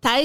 台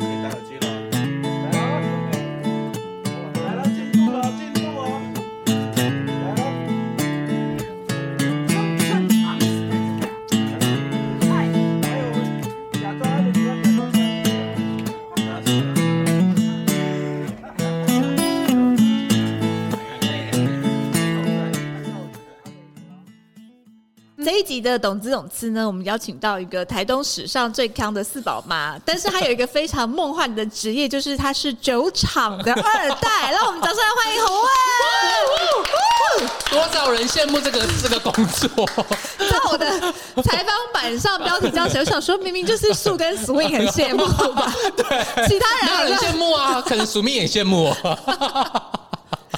给戴耳机了。来了，进步了，进步了。来了。还有，假装还得假装。这一集的懂之懂吃呢，我们邀请到一个台东史上最康的四宝 妈，但是她有一个非常梦幻的职业，就是她是酒厂的二代。让我们掌声来欢迎红 卫。多少人羡慕这个这个工 作？在我的采访版上标题这样写，我想说明明就是树跟 swing 很羡慕吧，对，其他没人有好人像羡慕啊，可能署名也羡慕哦 我，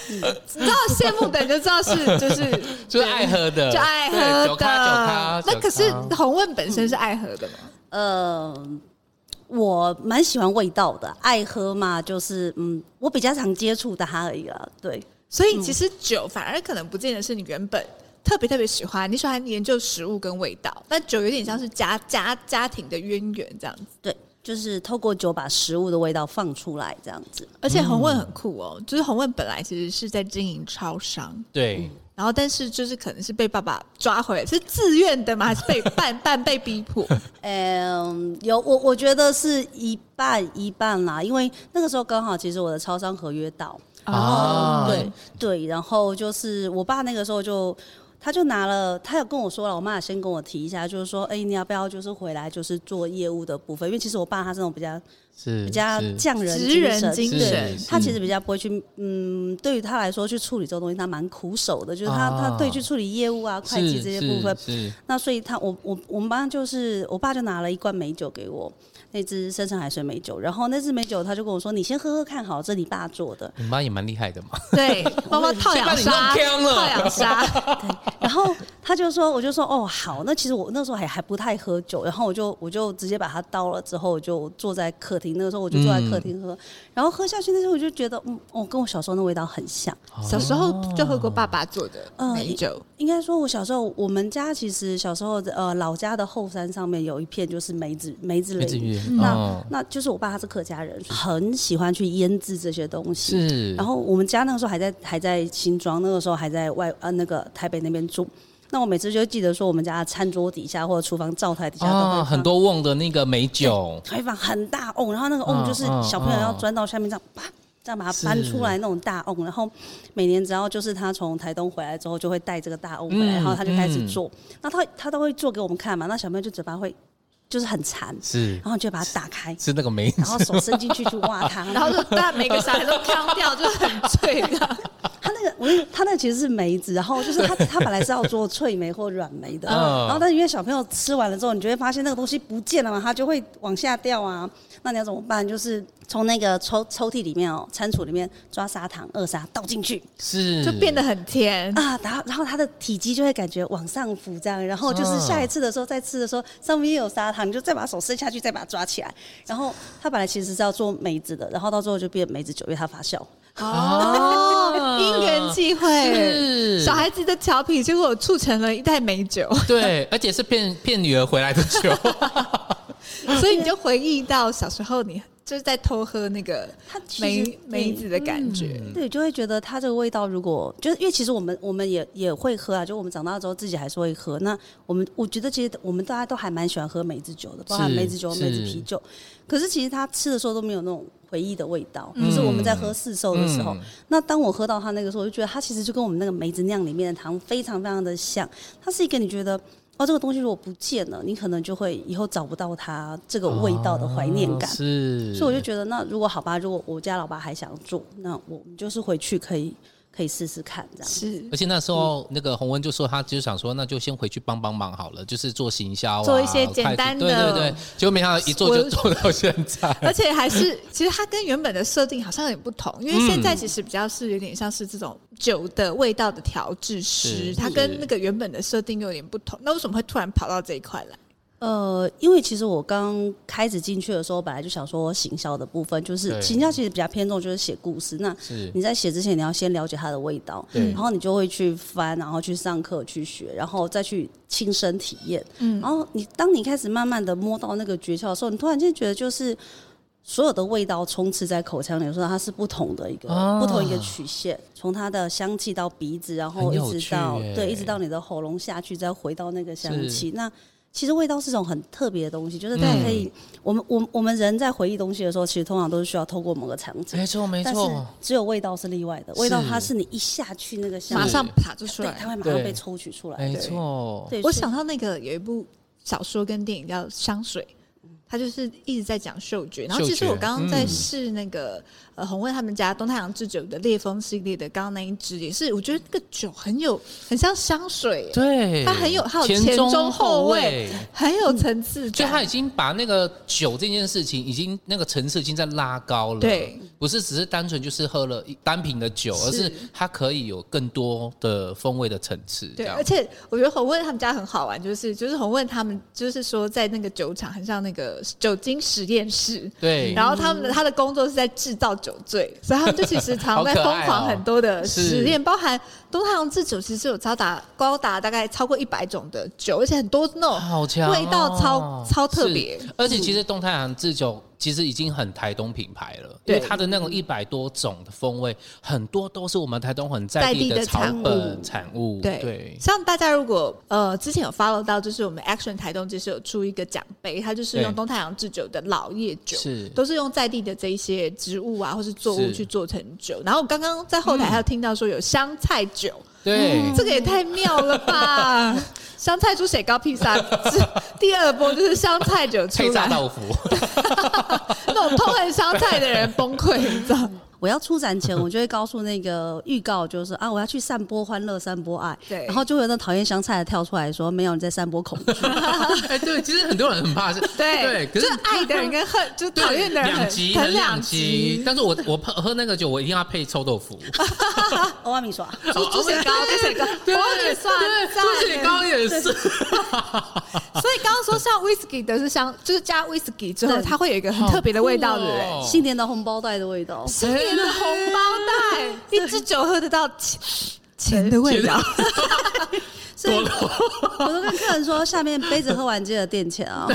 你知道羡慕的人就知道是就是 就是爱喝的，就爱喝对的，酒咖酒咖。那可是酒咖红问本身是爱喝的嘛？呃，我蛮喜欢味道的，爱喝嘛，就是嗯，我比较常接触它而已啦。对，所以其实酒反而可能不见得是你原本特别特别喜欢，你喜欢研究食物跟味道，但酒有点像是家家家庭的渊源这样子。对，就是透过酒把食物的味道放出来，这样子。而且红问很酷哦，就是红问本来其实是在经营超商，对，然后但是就是可能是被爸爸抓回来，是自愿的吗？ 还是被半半被逼迫？嗯，有我我觉得是一半一半啦，因为那个时候刚好其实我的超商合约到， 哦啊对对，然后就是我爸那个时候就。他就拿了，他有跟我说了，我妈也先跟我提一下，就是说，哎、你要不要就是回来就是做业务的部分？因为其实我爸他这种比较是比较是匠人职人神精是神是他其实比较不会去，嗯，对于他来说去处理这个东西，他蛮苦手的，就是他、啊他对去处理业务啊、会计这些部分。是那所以他我我我们班就是我爸就拿了一罐美酒给我，那支深山海水美酒，然后那支美酒他就跟我说：“你先喝喝看好，这你爸做的。你妈也蛮厉害的嘛，对，包括套 先把养你沙，弄呛了套养沙，然后他就说：“我就说哦好，那其实我那时候还还不太喝酒，然后我就我就直接把它倒了之后，我就坐在客厅，那个时候我就坐在嗯客厅喝，然后喝下去那时候我就觉得，嗯，哦，跟我小时候那味道很像。”哦小时候就喝过爸爸做的嗯美酒，应该说，我小时候，我们家其实小时候的，呃，老家的后山上面有一片就是梅子梅子梅子林，园那、哦那就是我爸他是客家人，很喜欢去腌制这些东西。是，然后我们家那个时候还在还在新庄，那个时候还在外呃那个台北那边住。那我每次就记得说，我们家的餐桌底下或者厨房灶台底下都会啊，放很多瓮的那个美酒，开放很大瓮，然后那个瓮就是嗯嗯小朋友要嗯钻到下面这样啪。这样把它是翻出来那种大瓮，然后每年只要就是他从台东回来之后，就会带这个大瓮回来，嗯然后他就开始嗯做。那他他都会做给我们看嘛，那小朋友就嘴巴会就是很馋，是然后你就把它打开，是那个梅子哦然，后手伸进去去挖它。然后就大家每个小孩都呛掉， 就很醉的。他那个我跟你他那个其实是梅子，然后就是他 他本来是要做脆梅或软梅的，嗯然后但是因为小朋友吃完了之后，你就会发现那个东西不见了嘛，它就会往下掉啊。那你要怎么办？就是从那个抽抽屉里面哦，餐橱里面抓砂糖、二砂倒进去是就变得很甜。啊，然后然后它的体积就会感觉往上浮这样，然后就是嗯下一次的时候再吃的时候，上面又有砂糖，你就再把手伸下去，再把它抓起来。然后它本来其实是要做梅子的，然后到最后就变梅子酒，因为它发酵。哦，因缘际会，哎是小孩子的调皮结果促成了一袋美 酒，对，而且是骗骗女儿回来的 酒，所以你就回忆到小时候你就是在偷喝那个它其实梅对梅子的感嗯觉。对，就会觉得它这个味道，如果就是因为其实我们我们也也会喝啊，就我们长大之后自己还是会喝。那我们我觉得其实我们大家都还蛮喜欢喝梅子酒的，包含是梅子酒、梅子啤是酒。可是其实它吃的时候都没有那种回忆的味道，嗯就是我们在喝四售的哦时候。嗯那当我喝到它那个时候，我就觉得它其实就跟我们那个梅子酿里面的糖非常非常的像。它是一个你觉得。哦，这个东西如果不见了，你可能就会以后找不到它这个味道的怀念感。啊是，所以我就觉得，那如果好吧，如果我家老爸还想做，那我们就是回去可以可以试试看这样。是而且那时候那个洪文就说，他就想说，那就先回去帮帮忙好了，就是做行销、啊，做一些快递简单的对对对，结果没想到一做就我做到现在。 而且还是，其实它跟原本的设定好像有点不同，因为现在其实比较是有点像是这种酒的味道的调制师，是它跟是那个原本的设定又有点不同。那为什么会突然跑到这一块来？呃，因为其实我刚开始进去的时候，本来就想说行销的部分，就是对行销其实比较偏重就是写故事。那是你在写之前，你要先了解它的味道，对然后你就会去翻，然后去上课去学，然后再去亲身体验。嗯然后你当你开始慢慢的摸到那个诀窍的时候，你突然间觉得就是所有的味道充斥在口腔里，说它是不同的一个、啊不同一个曲线，从它的香气到鼻子，然后很一有直趣到耶对，一直到你的喉咙下去，再回到那个香是嗯气。那其实味道是一种很特别的东西，就是它可以，我们我们我们人在回忆东西的时候，其实通常都是需要透过某个场景，没错没但是错，只有味道是例外的，味道是它是你一下去那个香马气，上爬就出对，来它。会马上对被抽取出来，没对错，对，我所以想到那个有一部小说跟电影叫《香水》，它就是一直在讲嗅觉。然后其嗅实觉我刚刚在嗯试那个、呃红卫他们家东太阳之酒的烈风系列的，刚刚那一支也是，我觉得那个酒很有很像香水耶，对，它很有它有前前中中后卫卫。很有层次就感。他已经把那个酒这件事情，已经那个层次已经在拉高了。对，不是只是单纯就是喝了一单品的酒，是而是它可以有更多的风味的层次。对，这样而且我觉得红问他们家很好玩，就是就是红问他们就是说在那个酒厂很像那个酒精实验室，对，然后他们的他的工作是在制造酒醉，所以他们就其实常好在可疯爱狂哦很多的实是验，包含东太阳制酒其实有高达高达大概超过一百种的酒，而且很多那种好强哦、味道超超特别是而且其实东太行制酒其实已经很台东品牌了，因为对它的那种一百多种的风味，很多都是我们台东很在在地地的的草产物本产物。对像大家如果呃之前有 follow 到，就是我们 Action 台东其实有出一个奖杯，它就是用对东太阳制酒的老叶酒，是都是用在地的这一些植物啊或是作物是嗯去做成酒。然后我刚刚在后台还有听到说有香菜酒，对。这个也太妙了 吧！香菜猪血糕披萨，这第二波就是香菜酒出 配炸来， 豆腐，那种痛恨香菜的人崩溃，你知道吗？我要出展前，我就会告诉那个预告，就是啊，我要去散播欢乐，散播爱。对哦然后就会有那讨厌香菜的跳出来说，没有你在散播恐 惧。哎，对，其实很多人很怕是，对，可就是是爱的人跟恨，就是 对讨厌的人两很极，很很两极。。但是我我喝喝那个酒，我一定要配臭 豆腐，欧阿米说，猪猪血糕，猪血糕，哦对，我哦也算对，赞猪血糕也是，所以刚刚说像 whisky 的是香，就是加 whisky 之后，对它会有一个很特别的味道，对不对？哦新年的红包袋的味 道。新年的红包袋，一支酒喝得到钱钱的味道，所以我都跟客人说，下面杯子喝完记得垫钱啊。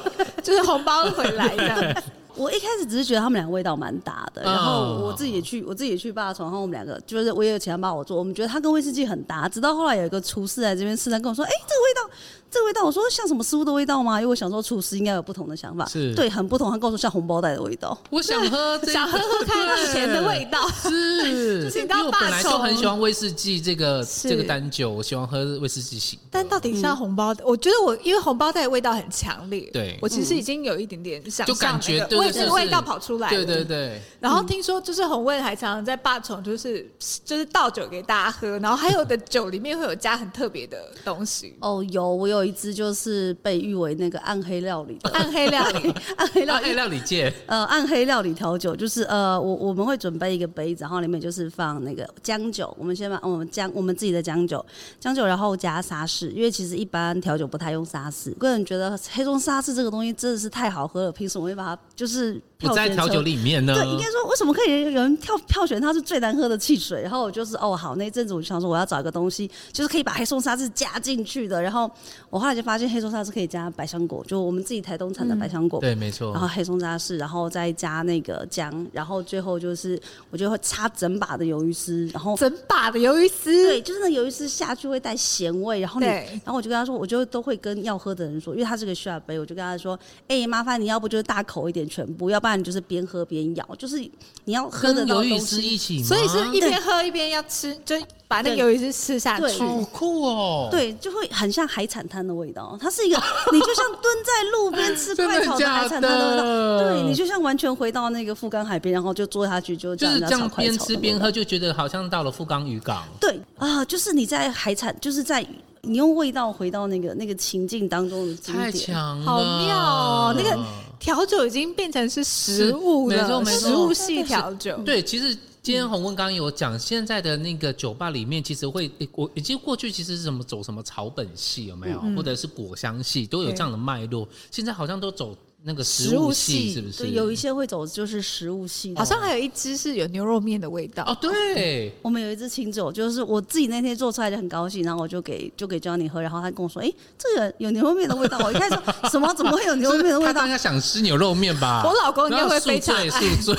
就是红包回来这样。我一开始只是觉得他们俩味道蛮搭的，然后我自己也去，我自己也去爸床，然后我们两个就是我也有请他帮我做，我们觉得他跟威士忌很搭。直到后来有一个厨师来这边试，他跟我说：“哎、这个味道，这个味道。”我说：“像什么食物的味道吗？”因为我想说厨师应该有不同的想法，是对，很不同。他跟我说像红包袋的味道，，我想喝这个，想喝喝看对钱的味道，是， 就是你因知道为我本霸来就宠很喜欢威士忌这个是这个单酒，我喜欢喝威士忌型的。 但到底是要红包袋？我觉得我因为红包袋的味道很强烈，对我其实已经有一点点想就感觉对味那对对个味道跑出来，对对。对，然后听说就是红卫还常常在霸宠，就是就是倒酒给大家喝，然后还有的酒里面会有加很特别的东西哦，有我有一只就是被誉为那个暗黑料理的 暗黑料理，暗黑料那啊理黑料理界呃，暗黑料理调酒就是呃，我我们会准备一个杯子，然后里面就是放那个姜酒，我们先把我们姜我们自己的姜酒，姜酒然后加沙士，因为其实一般调酒不太用沙士。个人觉得黑松沙士这个东西真的是太好喝了，凭什么会把它就是不票在选调成酒里面呢对，，应该说为什么可以有人票票选它是最难喝的汽水？然后我就是哦好，那一阵子我就想说我要找一个东西，就是可以把黑松沙是加进去的。然后我后来就发现黑松沙是可以加百香果，就我们自己台东产的嗯百香果。对，没错然。啊后黑松沙士，然后再加那个姜，然后最后就是我就会插整把的鱿鱼丝，然后整把的鱿鱼丝对，，就是那鱿鱼丝下去会带咸味，然后你，哦对然后我就跟他说，我就都会跟要喝的人说，因为他是个 shot 杯，我就跟他说，哎、麻烦你要不就是大口一点全部，要不然你就是边喝边咬，就是你要喝得跟到鱿东鱼丝一西。起吗，所以是一边喝一边要吃，就把那个鱿鱼丝吃下对去。好酷哦，，对，就会很像海产摊的味道。它是一个，你就像蹲在路边吃真的快炒的海假产摊的味道，的对，你就像完全回到那个富冈海边，然后就坐下去就就是这这样样快边炒的吃味边道喝，就觉得好像到了富冈渔港。对啊，就是你在海产，就是在你用味道回到那个那个情境当中的经太典。强了，好妙哦！那个调酒已经变成是食物是没了，错没错食物系调酒。对，其实今天洪文刚有讲，现在的那个酒吧里面其实会，诶我已经过去其实是什么走什么草本系有没有，或者是果香系都有这样的脉络，现在好像都走那个食食物物系是不是？对，有一些会走就是食物系的，好像还有一只是有牛肉面的味道哦，对，我们有一支清酒，就是我自己那天做出来就很高兴，然后我就给就给 Johnny 喝，然后他跟我说：“哎、这个有牛肉面的味道。”我一开始说什么？怎么会有牛肉面他的味道大？ 家想吃牛肉面吧？我老公应该会非常然后宿醉宿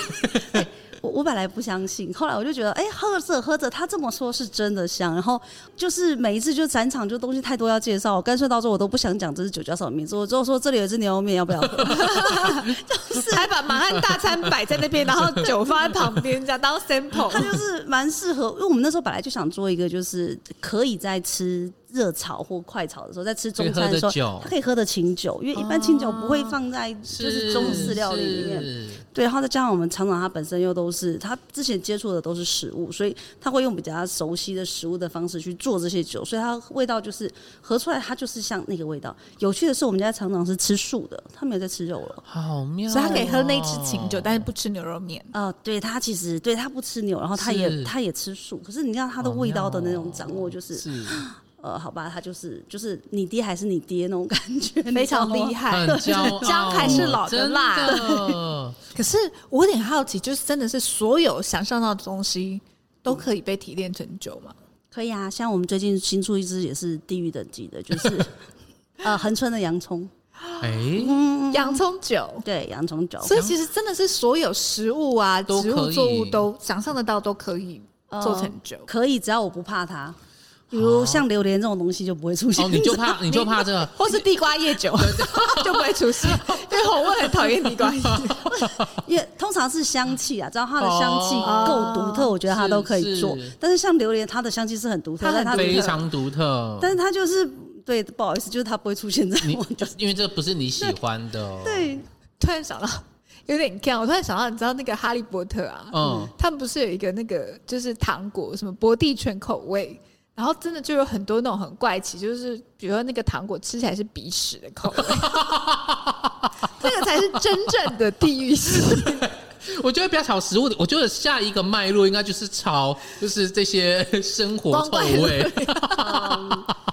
醉，我我本来不相信，后来我就觉得，哎、喝着喝着，他这么说是真的香。然后就是每一次就展场就东西太多要介绍，我干脆到时候我都不想讲这是酒叫什么名字，我只有说这里有一只牛肉面，要不要喝？是还把满汉大餐摆在那 边，然后酒放在旁边，这样当 sample 它。就是蛮适合，因为我们那时候本来就想做一个，就是可以在吃热炒或快炒的时候，在吃中餐可以的时喝的酒候，它可以喝的清酒，因为一般清酒不会放在就是中式料理里面。是对，然后再加上我们厂长他本身又都是他之前接触的都是食物，所以他会用比较熟悉的食物的方式去做这些酒，所以它味道就是合出来，它就是像那个味道。有趣的是，我们家厂长是吃素的，他没有在吃肉了。好妙、哦所以他可以喝那一支清酒，但是不吃牛肉面。呃，对他其实对他不吃牛，然后他也是他也吃素，可是你知道他它的味道的那种掌握，就是、哦是呃，好吧，他就是就是你爹还是你爹那种感 觉，非常厉害。害很，骄 傲，姜还是老的辣 真的可是我有点好奇，就是真的是所有想象到的东西都可以被提炼成酒吗？可以啊，像我们最近新出一支也是地狱等级的，就是呃恒春的洋葱，哎、洋葱酒，嗯对洋葱酒。所以其实真的是所有食物啊、都可植以物、作物都想象得到，都可以做成酒。可以，只要我不怕它。比如像榴莲这种东西就不会出现。哦，你就怕你就怕这个，或是地瓜叶酒 就不会出现，因为红味很讨厌地瓜叶。因为通常是香气啊，只要它的香气够独特，我觉得它都可以做是是。但是像榴莲，它的香气是很独它特，很但它非常独特。但是它就是对，不好意思，就是它不会出现在你我的。因为这不是你喜欢的，哦对， 突然想到，有点干，我突然想到，你知道那个哈利波特啊，嗯，他们不是有一个那个就是糖果什么薄地犬口味，然后真的就有很多那种很怪奇，就是比如说那个糖果吃起来是鼻屎的口 味，这个才是真正的地狱系。我觉得不要炒食物的，我觉得下一个脉络应该就是炒，就是这些生活光臭怪 味，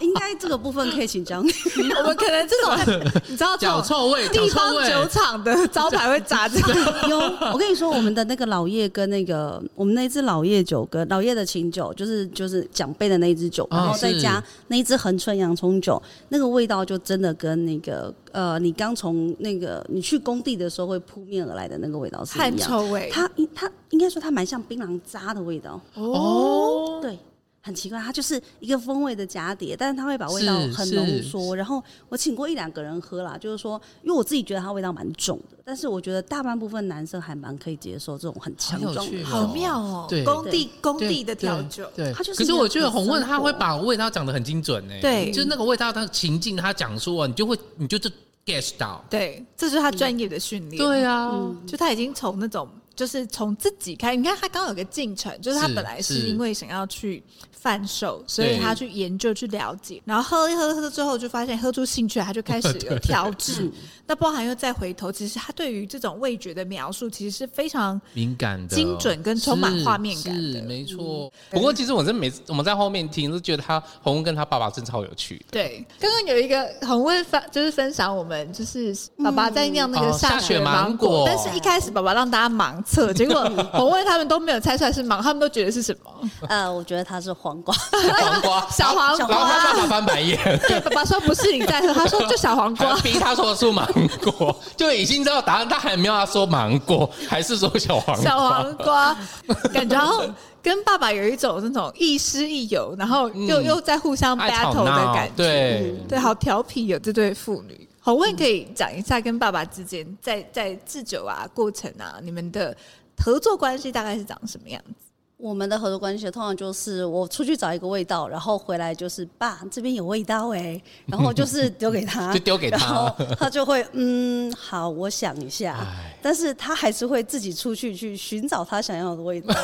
应该这个部分可以请张。 我们可能这种你知道这 脚种臭味，脚地臭方酒味，厂的招牌会砸这个， 有，我跟你说，我们的那个老叶跟那个我们那一支老叶酒跟老叶的琴酒，就是就是奖杯的那一支酒，哦然后再是加那一支恒春洋葱酒，那个味道就真的跟那个呃，你刚从那个你去工地的时候会扑面而来的那个味道 是汗一样。臭 味它应它应该说它蛮像槟榔渣的味道，哦。对。很奇怪，它就是一个风味的蛱蝶，但是它会把味道是很是浓缩。然后我请过一两个人喝啦，就是说，因为我自己觉得它味道蛮重的，但是我觉得大半部分男生还蛮可以接受这种很强好有壮趣的。好妙哦！对工地工对地的调酒，对，对它就是可是我觉得一个很红问他生活会把味道讲得很精准呢，对就是那个味道，它情境他讲出啊，你就会你就是 get 到，对，这就是他专业的训练。对啊，就他已经从那种，就是从自己开，你看他刚刚有个进程，就是他是本来是是因为想要去贩售，所以他去研究、去了解，然后喝一喝喝之后，就发现喝出兴趣来，他就开始有调 嗯制。那包含又再回头，其实他对于这种味觉的描述，其实是非常敏感的、精准跟充满画面感是的嗯是没错。不过其实我真每次我们在后面听，都觉得他红红跟他爸爸真超有 趣。对。刚刚有一个很会分，就是分享我们就是爸爸在酿那个哦下雪雪芒果果，但是一开始爸爸让大家盲测，结果红卫他们都没有猜出来是芒，他们都觉得是什么。呃，我觉得它是黄瓜，黄瓜，小黄然后他瓜爸爸翻白眼，对，爸爸说不是你在喝，他说就小黄还瓜要。逼他说是芒果，就已经知道答案，但还没有他说芒果，还是说小黄瓜？小黄瓜，感觉然后跟爸爸有一种那种亦师亦友，然后又、嗯又在互相爱吵 battle 的闹感觉，嗯对，对好调皮有这对父女。好，我也可以讲一下跟爸爸之间在在制酒啊过程啊，你们的合作关系大概是长什么样子？我们的合作关系通常就是我出去找一个味道，然后回来就是爸这边有味道哎、 然后就是丢给他， 就丢给他然后他就会嗯好，我想一下哎，但是他还是会自己出去去寻找他想要的 味道。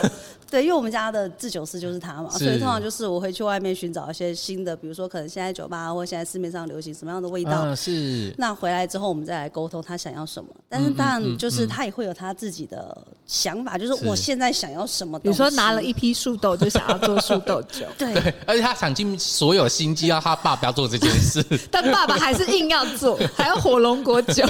对，因为我们家的制酒师就是他嘛，是所以通常就是我会去外面寻找一些新的，比如说可能现在酒吧啊或现在市面上流行什么样的味道，啊，是那回来之后，我们再来沟通他想要什么。但是嗯嗯当然，嗯就是嗯他也会有他自己的想法，就是是我现在想要什么比东如西。，说拿了一批树豆，就想要做树豆酒对，对，而且他想尽所有心机，要他爸不要做这件事。 但爸爸还是硬要做，还要火龙果 酒，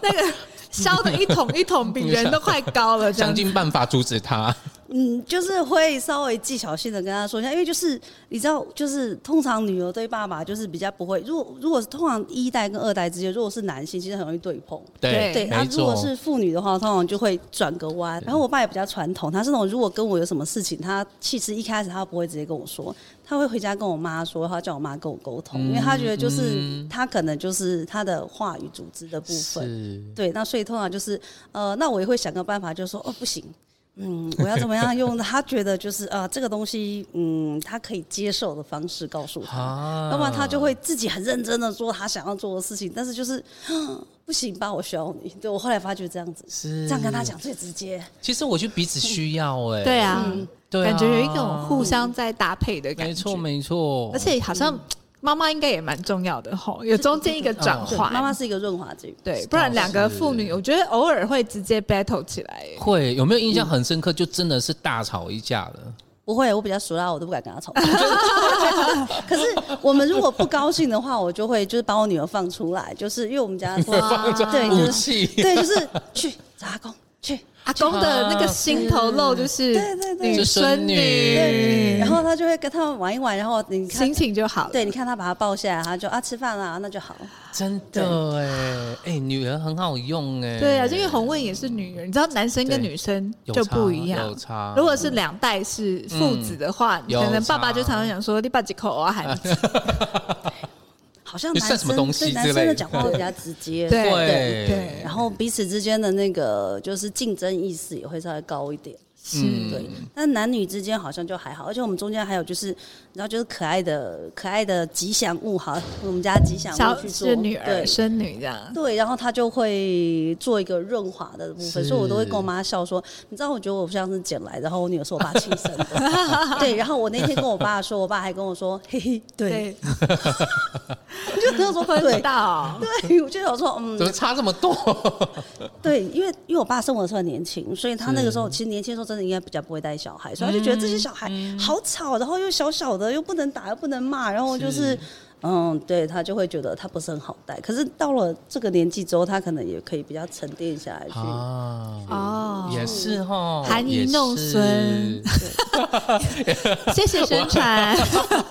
那个烧的一桶一桶比人都快高了，这想样子。尽办法阻止他。嗯，就是会稍微技巧性的跟他说一下，因为就是你知道，就是通常女儿对爸爸就是比较不会。如果如果是通常一代跟二代之间，如果是男性，其实很容易对碰。对，对，他没如果错，是妇女的话，通常就会转个弯。然后我爸也比较传统，他是那种如果跟我有什么事情，他其实一开始他不会直接跟我说，他会回家跟我妈说，他叫我妈跟我沟通，因为他觉得就是、嗯他可能就是他的话语组织的部分。是对，那所以通常就是呃，那我也会想个办法，就是说哦不行。嗯，我要怎么样用他觉得就是啊、呃这个东西，嗯，他可以接受的方式告诉他，啊要不然他就会自己很认真的做他想要做的事情，但是就是嗯不行吧，我需要你。对我后来发觉这样子，是这样跟他。讲最直接。其实我觉得彼此需要哎，对啊，对啊，感觉有一种互相在搭配的感觉。嗯没错没错，而且好像妈妈应该也蛮重要的吼，有中间一个哦嗯转对，换。妈妈是一个润滑剂。对，不然两个妇女，我觉得偶尔会直接 battle 起来。会有没有印象很深刻？就真的是大吵一架了。不会，我比较熟辣，我都不敢跟他吵架。 可是我们如果不高兴的话，我就会就是把我女儿放出来，就是因为我 们家 放出来对，武就是器对，就是去找阿公去。阿公的那个心头啊肉就是对对对女孙嗯对，女然，后他就会跟他们玩一玩，然后你看心，情就好了。对，你看他把他抱下来，他就啊吃饭啦，那就好。真的哎，哎、女儿很好用哎、对啊，因为红问也是女人，你知道男生跟对女生有就差不一样有。差如果是两代是父子的话，有可能爸爸差就常常想说：“你把几口啊，孩 子。好像你男算什么生东西对男之生类的的讲话比较直 接，对对对然后彼此之间的那个就是竞争意识也会稍微高一点，嗯是对。但男女之间好像就还好，而且我们中间还有就是，你知道，就是可爱的可爱的吉祥物，好，我们家吉”祥小物去做是女儿啊对生女这样，对，然后他就会做一个润滑的部是分，所以我都会跟我妈笑说，你知道，我觉得我像是捡来，然后我女儿是我爸亲生的，对。然后我那天跟我爸说，我爸还跟我说，嘿嘿，对，，我就跟我说 分对。到对，我就想说，嗯，怎么差这么 多？对，因为因为我爸生我的时候很年轻，所以他那个时候其实年轻的时候真的应该比较不会带小孩，所以他就觉得这些小孩好吵，然后又小小的，又不能打又不能骂，然后就是是嗯，对他就会觉得他不是很好带。可是到了这个年纪之后，他可能也可以比较沉淀下来去。啊，哦也是哦，含饴弄孙也是。谢谢宣传，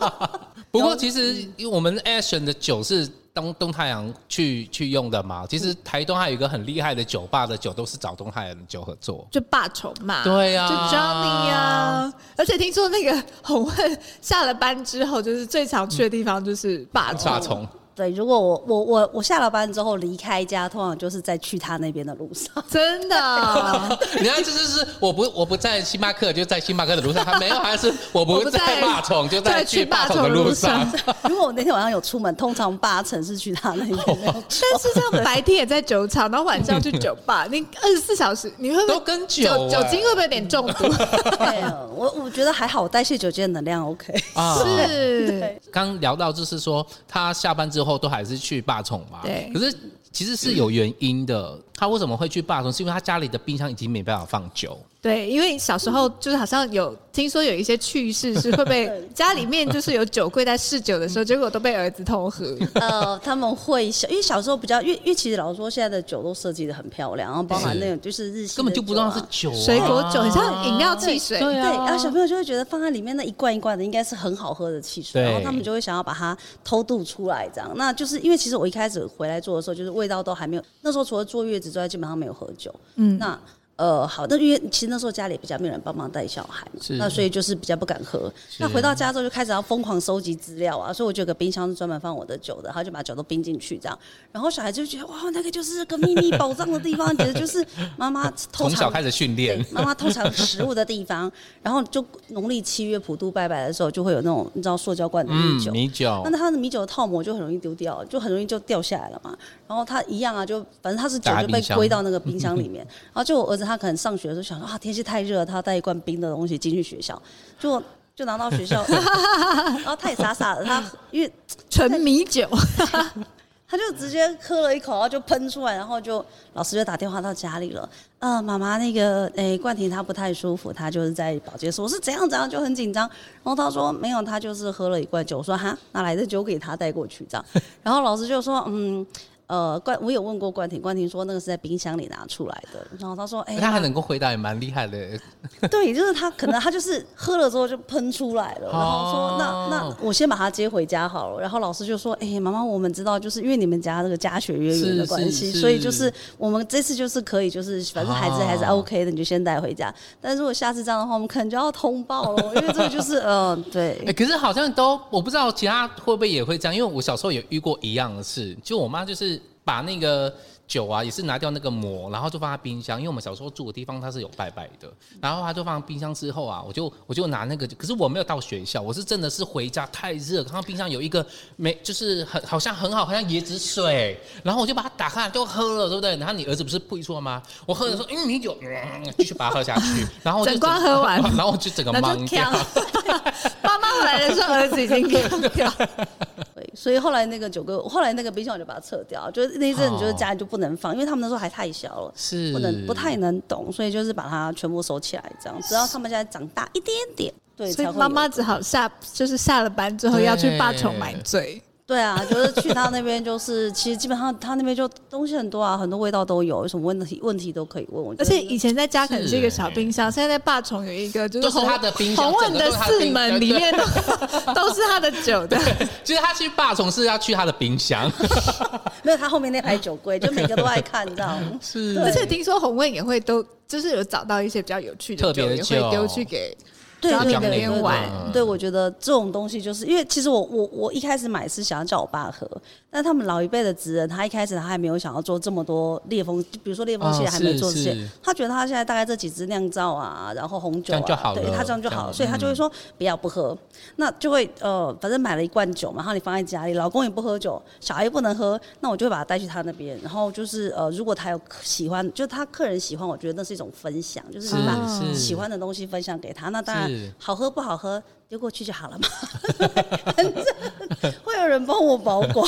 不过其实因为我们 Action 的酒是东东太阳去去用的嘛，其实台东还有一个很厉害的酒吧的酒都是找东太阳的酒合作。就爸丑嘛，对啊就 Johnny 啊，而且听说那个红问下了班之后，就是最常去的地方就是爸丑，大虫，对，如果我我我我下了班之后离开家，通常就是在去他那边的路上。 真的， 你看，这就是我不我不在星巴克，就在星巴克的路上；他没有，还是我我不不在在霸宠，就对在去去霸霸宠宠的的路路上上。如果我那天晚上有出门，通常八成是去他 那边。但是这样白天也在酒厂，然后晚上去酒吧，你二十四小时，你会不都会跟酒酒酒哎精会不会有点中 毒？对，我我觉得还好，我代谢酒精的能量 OK。啊是对，刚聊到就是说，他下班之后都还是去霸宠嘛。对可是其实是有原因的，他为什么会去霸宠？是因为他家里的冰箱已经没办法放酒。对，因为小时候就是好像有听说有一些趣事是会被家里面就是有酒柜在试酒的时候，结果都被儿子偷喝。呃，他们会小，因为小时候比较，因为因为其实老实说，现在的酒都设计的很漂亮，然后包含是那种就是日系的酒啊、根本就不知道是酒、啊，水果酒很像饮料汽水，对，然后小朋友就会觉得放在里面那一罐一罐的应该是很好喝的汽水，对然后他们就会想要把它偷渡出来，这样。那就是因为其实我一开始回来做的时候，就是味道都还没有，那时候除了坐月子之外，基本上没有喝酒。嗯那呃，好，那因为其实那时候家里比较没有人帮忙带小孩嘛是，那所以就是比较不敢喝。那回到家之后就开始要疯狂收集资料啊，所以我就有个冰箱是专门放我的酒的，然后就把酒都冰进去这样。然后小孩就觉得哇，那个就是个秘密宝藏的地方，觉得就是妈妈偷从小藏开始训练对，妈妈偷藏食物的地方。然后就农历七月普渡拜拜的时候，就会有那种你知道塑胶罐的米嗯酒，米酒那它的米酒的套膜就很容易丢掉，就很容易就掉下来了嘛。然后它一样啊，就反正它是酒打就冰被箱归到那 个冰箱里面。然后就我儿子他可能上学的时候想说啊，天气太热，他带一罐冰的东西进去学校，就就拿到学校， 然后他也傻傻的，他因为纯米酒，他就直接喝了一口，然后就喷出来，然后就老师就打电话到家里了。呃，妈妈，那个诶、冠廷他不太舒服，他就是在保健室，我是怎样怎样就很紧张。然后他说没有，他就是喝了一罐酒。我说哈，哪来的酒给他带过去这样？然后老师就说嗯。呃，冠我有问过冠廷，冠廷说那个是在冰箱里拿出来的。然后他说，哎、他还能够回答也蛮厉害的， 对，就是他可能他就是喝了之后就喷出来了，然后哦说那那我先把他接回家好了。然后老师就说，哎、妈妈，我们知道就是因为你们家这个家学渊源是的关系，是是所以就是我们这次就是可以就是反正孩子还是哦 OK 的，你就先带回家。但如果下次这样的话，我们可能就要通报了，因为这个就是嗯、呃哎、对，可是好像都我不知道其他会不会也会这样，因为我小时候也遇过一样的事，就我妈就是把那个酒啊，也是拿掉那个膜，然后就放在冰箱，因为我们小时候住的地方它是有拜拜的，然后她就放冰箱之后啊，我就我就拿那个，可是我没有到学校，我是真的是回家太热，看到冰箱有一个没就是很好像很好，好像椰子水，然后我就把它打开来就喝了，对不对？然后你儿子不是不一错吗？我喝了说，嗯，你酒，嗯继续把它喝下去，然后我就整罐喝完 然后我就整个那懵就掉跳。。 妈妈回来的时候，儿子已经跳。对所以后来那个九哥，后来那个冰箱我就把它撤掉，就是那一阵哦你就是家里就不能放，因为他们那时候还太小了，是不能不太能懂，所以就是把它全部收起来，这样，直到他们现在长大一点点，对，所以才会妈有妈只好下，就是下了班之后对要去爸宠买醉。 对啊，就是去他那边，就是其实基本上他那边就东西很多啊，很多味道都有，有什么问题问题都可以问。我觉而得且以前在家可能是一个小冰箱，现在在爸宠有一个就就是红他的冰箱红整问个都的是他的四冰箱门里面 都都是他的酒的。其实他去霸总是要去他的冰箱，没有他后面那排酒柜，就每个都爱看这样。是而且听说红问也会都就是有找到一些比较有趣的特酒，别的也会酒丢去给对家对里对那对边对玩。嗯对，我觉得这种东西就是因为其实我我我一开始买是想要叫我爸喝，但他们老一辈的职人，他一开始他还没有想要做这么多烈风，就比如说烈风系列还没做这些，哦是是他觉得他现在大概这几支酿造啊，然后红这酒、啊、样就好了嗯对他这样就好这样了，所以他就会说不要不喝，那就会呃，反正买了一罐酒嘛，然后你放在家里，老公也不喝酒，小孩也不能喝，那我就会把他带去他那边，然后就是呃，如果他有喜欢，就是他客人喜欢，我觉得那是一种分享，就是是你把是喜欢的东西分享给他，那当嗯是然好喝不好喝丢过去就好了嘛， 反正会有人帮我保管，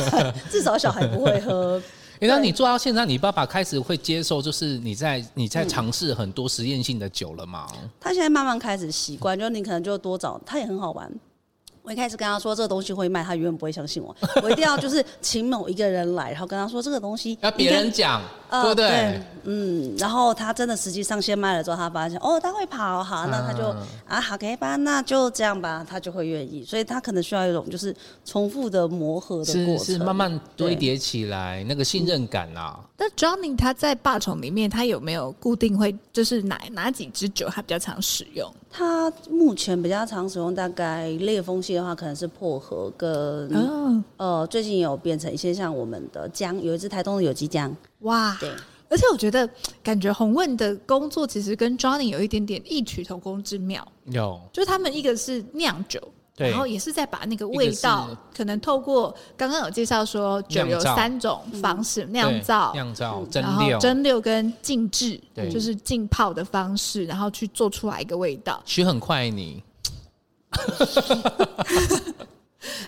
至少小孩不会喝。诶那你做到现在，你爸爸开始会接受，就是你在你在尝试很多实验性的酒了嘛？他现在慢慢开始习惯，就是你可能就多找，他也很好玩。我一开始跟他说这个东西会卖，他永远不会相信我。我一定要就是请某一个人来，然后跟他说这个东西要别应人该讲，呃对不对对？嗯，然后他真的实际上线卖了之后，他发现哦，他会跑，好，那他就嗯啊好可以吧，那就这样吧，他就会愿意。所以他可能需要一种就是重复的磨合的是过程，是，慢慢堆叠起来那个信任感啊。那 Johnny 他在霸宠里面，他有没有固定会就是哪哪几支酒他比较常使用？他目前比较常使用大概烈风系的话，可能是薄荷跟、啊嗯，呃，最近也有变成一些像我们的姜，有一只台东的有机姜，啊哇，对，而且我觉得，感觉红问的工作其实跟 Johnny 有一点点异曲同工之妙，有就是他们一个是酿酒，对然后也是在把那个一个味道是，可能透过刚刚有介绍说酒有酿造三种嗯方式酿对造，酿造、蒸然后馏、蒸馏跟静置对，就是浸泡的方式，然后去做出来一个味 道。许很快你，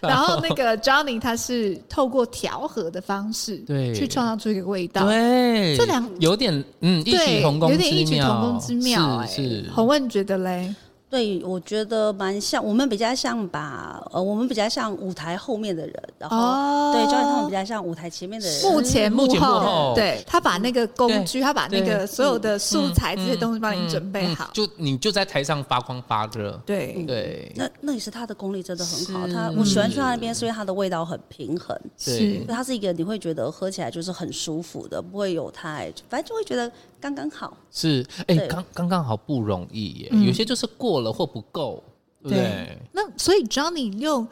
然后那个 Johnny 他是透过调和的方式，对去创造出一个味道。对，这两有点嗯异曲对，同工有之妙，点异曲同工之妙、哎，是是。洪问觉得嘞，对，我觉得蛮像，我们比较像把呃，我们比较像舞台后面的人，然后、哦对教练他们比较像舞台前面的人。幕前幕前幕后后，对他把那个工具，对他把那个对所有的素材这些东西帮你准备嗯好，就你就在台上发光发热。对，嗯对那那也是他的功力真的很好，是他我喜欢去他那边，是因为他的味道很平衡，是对就，它是一个你会觉得喝起来就是很舒服的，不会有太，反正就会觉得刚刚好。是，哎、对刚刚刚好不容易耶，嗯有些就是过了或不够，对不对？那所以 Johnny 用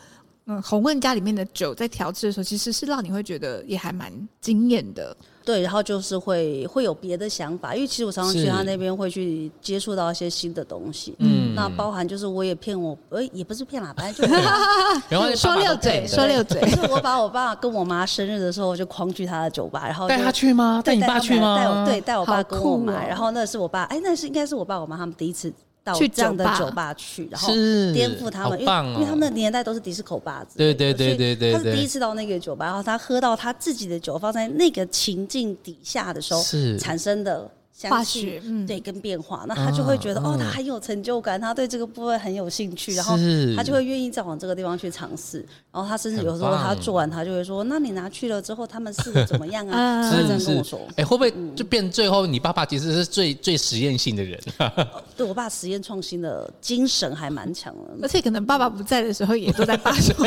嗯红问家里面的酒在调制的时候，其实是让你会觉得也还蛮惊艳的。对，然后就是会会有别的想法，因为其实我常常去是他那边会去接触到一些新的东西。嗯那包含就是我也骗我，呃，也不是骗啦，反正就是 然后说六嘴，说六嘴，就是我把我爸跟我妈生日的时候，我就狂去他的酒吧，然后就带他去吗？带对你爸他去们啊带吗？我对，带我好爸跟我酷妈，哦然后那是我爸，哎，那是应该是我爸我妈他们第一次到去这样的酒吧酒吧去，然后是颠覆他好们，因为棒哦因为他们的年代都是迪斯科吧子，对对所以对对对他是对第一次到那个酒吧，然后他喝到他自己的酒放在那个情境底下的时候是产生的。化相学信嗯对跟变化，那他就会觉得、嗯哦，他嗯很有成就感，他对这个部分很有兴趣，然后是他就会愿意再往这个地方去尝试。然后他甚至有时候嗯很棒他做完，他就会说：“那你拿去了之后，他们试的怎么样啊？”啊他会这是样跟我是说。，嗯哎、会不会就变最后你爸爸其实是最最实验性的人？啊对我爸实验创新的精神还蛮强而的。且可能爸爸不在的时候也都在爸 说。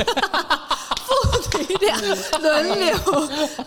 父女俩轮流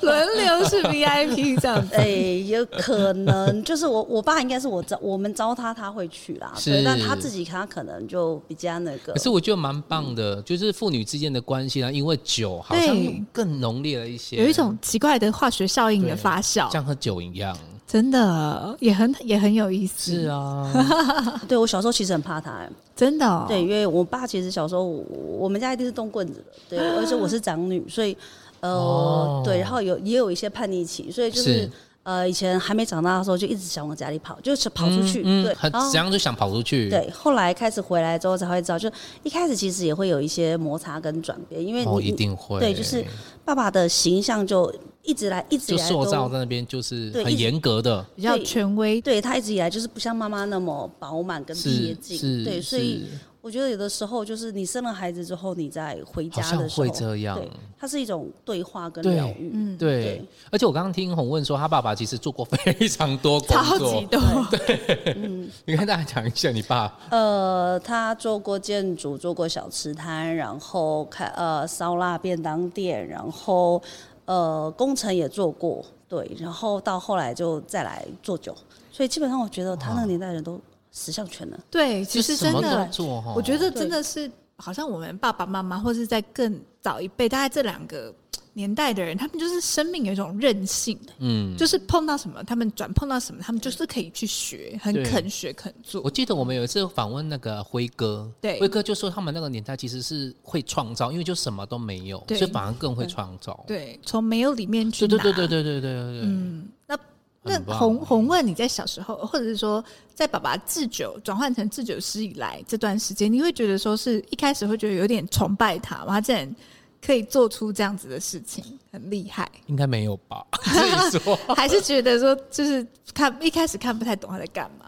轮流是 VIP 这样子，哎、有可能就是我，我爸应该是我招我们招他，他会去啦。对，是但他自己他可能就比较那个可。是我觉得蛮棒的，就是父女之间的关系呢，因为酒好像对更浓烈了一些，有一种奇怪的化学效应的对发酵，像喝酒一样。真的也很也很有意思，是啊，嗯 对我小时候其实很怕他、哎真的、哦，对，因为我爸其实小时候我我们家一定是动棍子的，对，而且我是长女，所以呃、哦对，然后有也有一些叛逆期，所以就是。是呃，以前还没长大的时候，就一直想往家里跑，就是跑出去，嗯，对，很哦然后怎样就想跑出去，对，后来开始回来之后才会知道，就一开始其实也会有一些摩擦跟转变，因为你、哦，一定会，对就是爸爸的形象就一直来一直就以来塑造都在那边就是对一很直严格的，比较权威，对他一直以来就是不像妈妈那么饱满跟贴是是，近，对，所以是我觉得有的时候就是你生了孩子之后，你再回好家像的时候会这样对，，它是一种对话跟对疗愈。嗯，对对。而且我刚刚听洪问说，他爸爸其实做过非常多工超级作，多， 你跟大家讲一下你爸呃，他做过建筑，做过小吃摊，然后开呃烧腊便当店，然后呃工程也做过，对，然后到后来就再来做酒，所以基本上我觉得他那个年代人都十项全能。对，其实什真么哦都的，做哈，我觉得对真的是好像我们爸爸妈妈，或是在更早一辈，大概这两个年代的人，他们就是生命有一种韧性，嗯，就是碰到什么，他们转碰到什么，他们就是可以去学，很对哦肯学肯做我，记得我们有一次访问那个辉哥，对辉哥就说他们那个年代其实是会创造，因为就什么都没有，对所以反而更嗯会创造。对，从没有里面去对对对对拿对对对对对，嗯，那那很棒啊红红问你在小时候，或者是说在爸爸制酒转换成制酒师以来这段时间，你会觉得说是一开始会觉得有点崇拜他吗，他竟然可以做出这样子的事情，很厉害，应该没有 吧？自己说，还是觉得说就是看一开始看不太懂他在干嘛？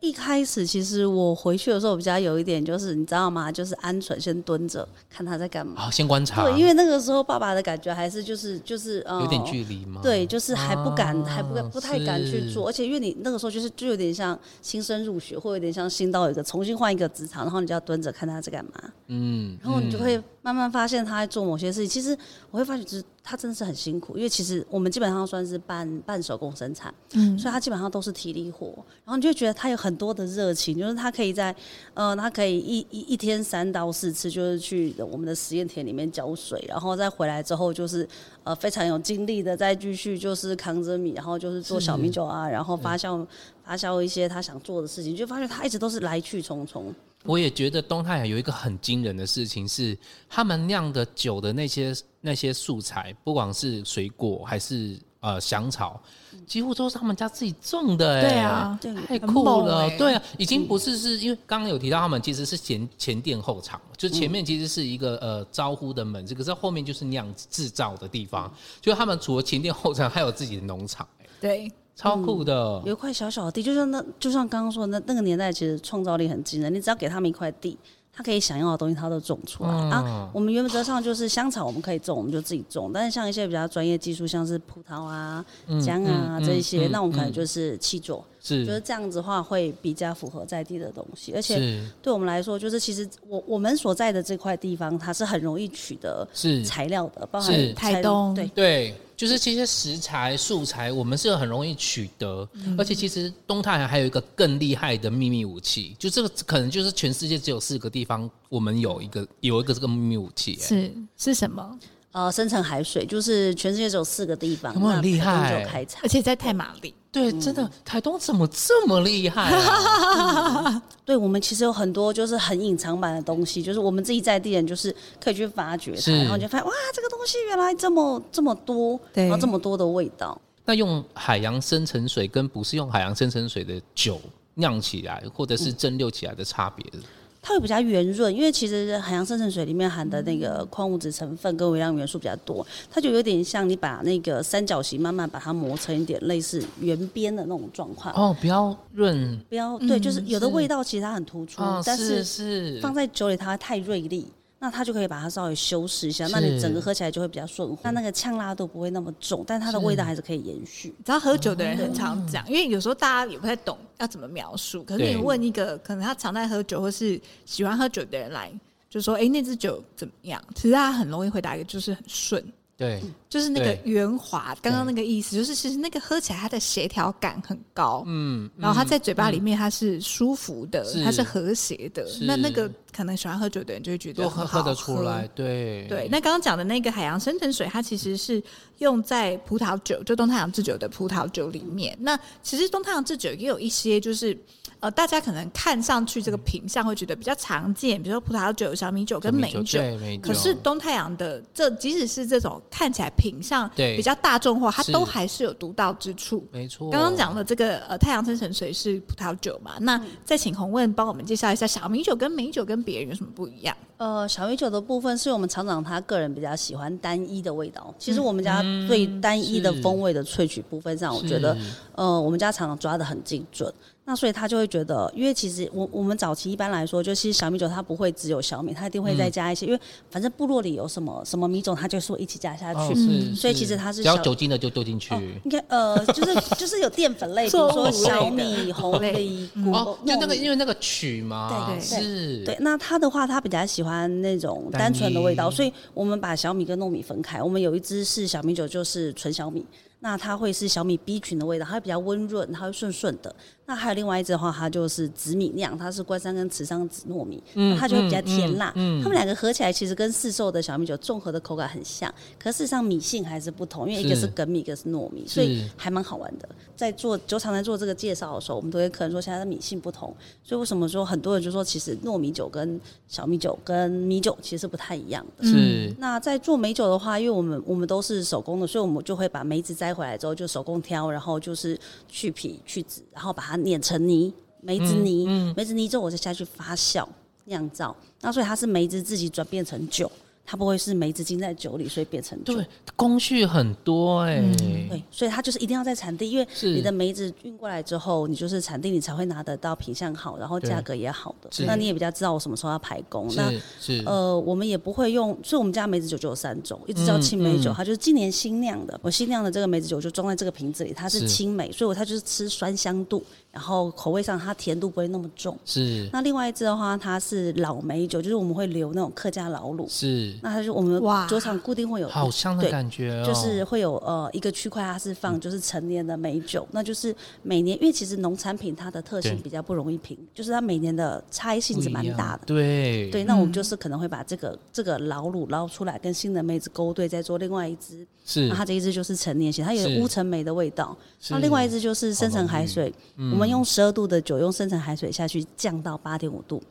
一开始其实我回去的时候比较有一点就是你知道吗？就是鹌鹑先蹲着看他在干嘛。好，先观察，对，因为那个时候爸爸的感觉还是就是就是呃有点距离嘛。对，就是还不敢，啊还不敢，不太敢去哦是做。而且因为你那个时候就是就有点像新生入学，或有点像新到一个重新换一个职场，然后你就要蹲着看他在干嘛，嗯，然后你就嗯会慢慢发现他在做某些事情。其实我会发觉，就是他真的是很辛苦，因为其实我们基本上算是半半手工生产，嗯，所以他基本上都是体力活。然后你就会觉得他有很多的热情，就是他可以在，呃，他可以一一一天三到四次，就是去我们的实验田里面浇水，然后再回来之后就是，呃，非常有精力的再继续就是扛着米，然后就是做小米酒啊，然后发酵发酵一些他想做的事情，就发现他一直都是来去匆匆。我也觉得东泰亚有一个很惊人的事情是，他们酿的酒的那些那些素材，不管是水果还是呃香草，几乎都是他们家自己种的、欸，对啊对太很酷猛了，欸对啊，已经不是是因为刚刚有提到他们其实是前前店后厂，就前嗯面其实是一个呃招呼的门，这可是后面就是酿制造的地方，就他们除了前店后厂，还有自己的农场、欸对，超酷嗯的有一块小小的地，就像那就像刚刚说的那那个年代，其实创造力很惊人。你只要给他们一块地，他可以想要的东西，他都种出来、嗯啊。我们原则上就是香草，我们可以种，我们就自己种。但是像一些比较专业技术，像是葡萄啊、姜啊、嗯嗯这一些，嗯那我们可能嗯就是气作，是就是这样子的话会比较符合在地的东西。而且是对我们来说，就是其实我我们所在的这块地方，它是很容易取得是材料的，包含是材台东对。对，就是这些食材素材，我们是很容易取得，嗯而且其实东太还有一个更厉害的秘密武器，就这个可能就是全世界只有四个地方我们有一个有一个这个秘密武器、欸，是是什么？呃，深层海水就是全世界只有四个地方，他们很那厉台东就害有开采而。且在太马里，对，嗯真的台东怎么这么厉害、 啊？对我们其实有很多就是很隐藏版的东西，就是我们自己在地人就是可以去发掘它，是然后你就发现哇，这个东西原来这么这么多，对然后这么多的味道。那用海洋深层水跟不是用海洋深层水的酒酿起来，或者是蒸馏起来的差别是，它会比较圆润，因为其实海洋深层水里面含的那个矿物质成分跟微量元素比较多，它就有点像你把那个三角形慢慢把它磨成一点类似圆边的那种状况。哦，比较润不要对，就是有的是味道其实它很突出，啊，但是是放在酒里它太锐利，那它就可以把它稍微修饰一下，是那你整个喝起来就会比较顺乎，那那个呛辣度不会那么重，但它的是味道还是可以延续。你知道喝酒的人很常讲，因为有时候大家也不太懂要怎么描述。可是对你问一个可能他常在喝酒或是喜欢喝酒的人来，就说：“哎、那支酒怎么样？”其实他很容易回答一个就是很顺，对就是那个对圆滑。刚刚那个意思就是，其实那个喝起来它的协调感很高，嗯，然后它在嘴巴里面它是舒服的，是它是和谐的是。那那个可能喜欢喝酒的人就会觉得都喝很喝好得出来，对对，那刚刚讲的那个海洋深层水，它其实是用在葡萄酒，就东太阳制酒的葡萄酒里面。那其实东太阳制酒也有一些，就是呃，大家可能看上去这个品相会觉得比较常见，比如说葡萄酒、小米酒跟美酒。对美酒，可是东太阳的这，即使是这种看起来品相对比较大众化，它是哦都还是有独到之处。没错，刚刚讲的这个呃，太阳深层水是葡萄酒嘛？那再请洪问帮我们介绍一下小米酒跟美酒跟别人有什么不一样？呃，小米酒的部分是我们厂长他个人比较喜欢单一的味嗯道，其实我们家对单一的是风味的萃取部分上，我觉得是呃，我们家常常抓的很精准，那所以他就会觉得，因为其实我我们早期一般来说，就其实小米酒它不会只有小米，它一定会再嗯加一些，因为反正部落里有什么什么米种，它就说一起加下去。哦嗯是所以是其实它是只要小酒精的就丢进去哦，应该 呃，就是就是有淀粉类，比作如物说类小的米、红类梨、嗯谷哦，就那个因糯为那个曲嘛，对对是，对，那它的话，它比较喜欢那种单单纯的味道，一所以我们把小米跟糯米分开。我们有一支是小米酒，就是纯小米，那它会是小米 B 群的味道，它会比较温润，它会顺顺的。那还有另外一支的话，它就是紫米酿，它是关山跟池上紫糯米，那它就会比较甜辣。嗯嗯嗯嗯它们两个合起来，其实跟市售的小米酒综合的口感很像，可事实上米性还是不同，因为一个是是梗米，一个是糯米，所以是还蛮好玩的。在做酒厂在做这个介绍的时候，我们都会可能说现在的米性不同，所以为什么说很多人就说其实糯米酒跟小米酒跟米酒其实是不太一样的。是那在做美酒的话，因为我们我们都是手工的，所以我们就会把梅子摘回来之后就手工挑，然后就是去皮去籽，然后把它碾成泥，梅子嗯泥，梅子泥之后我再下去发酵酿造。那所以它是梅子自己转变成酒，它不会是梅子浸在酒里所以变成酒。对，工序很多哎，对，所以它就是一定要在产地，因为是你的梅子运过来之后，你就是产地你才会拿得到品相好，然后价对格也好的是，那你也比较知道我什么时候要排工。那是是呃，我们也不会用，所以我们家梅子酒就有三种，一支叫嗯青梅酒，嗯它就是今年新酿的。我新酿的这个梅子酒就装在这个瓶子里，它是是青梅，所以我它就是吃酸香度，然后口味上它甜度不会那么重。是那另外一支的话，它是老梅酒，就是我们会留那种客家老卤，是，那它就我们哇酒厂固定会有好香的对感觉哦，就是会有呃一个区块，它是嗯放就是成年的美酒，那就是每年，因为其实农产品它的特性对比较不容易评，就是它每年的差异性不是一蛮嗯样大的。对对，那我们就是可能会把这个这个老卤捞出来，跟新的梅子勾兑，再做另外一支。是那它这一支就是陈年型，它有是乌陈梅的味道。是哦嗯那另外一支就是深好浓层郁海水，我们用十二度的酒，用深层海水下去降到八点五度。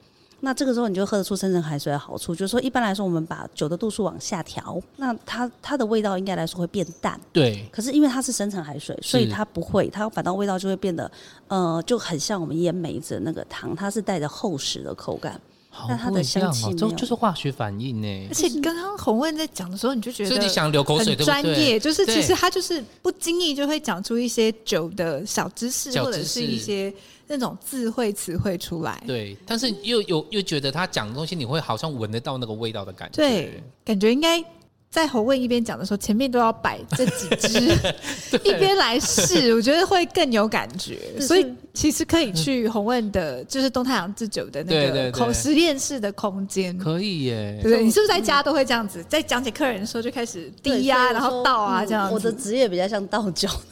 那这个时候你就喝得出深层海水的好处，就是说一般来说我们把酒的度数往下调，那它它的味道应该来说会变淡。对可是因为它是深层海水，所以它不会，它反倒味道就会变得，呃，就很像我们腌梅子的那个汤，它是带着厚实的口感。好但它不的一香样气哦没，这有就是化学反应呢而。且刚刚洪问在讲的时候，你就觉得所以你想流口水很对不专业，对就是其实对他就是不经意就会讲出一些酒的小知识，小或者知是一识些那种智慧词汇出来。对，但是又有又觉得他讲的东西，你会好像闻得到那个味道的感觉。对，感觉应该在侯问一边讲的时候，前面都要摆这几支， 一边来试，我觉得会更有感觉。是所以其实可以去侯问的，就是东太阳制酒的那对个对对口实验室的空间。可以耶对不。 对？你是不是在家都会这样子，在讲解客人的时候就开始滴呀、然后倒啊这样子？嗯我的职业比较像倒酒，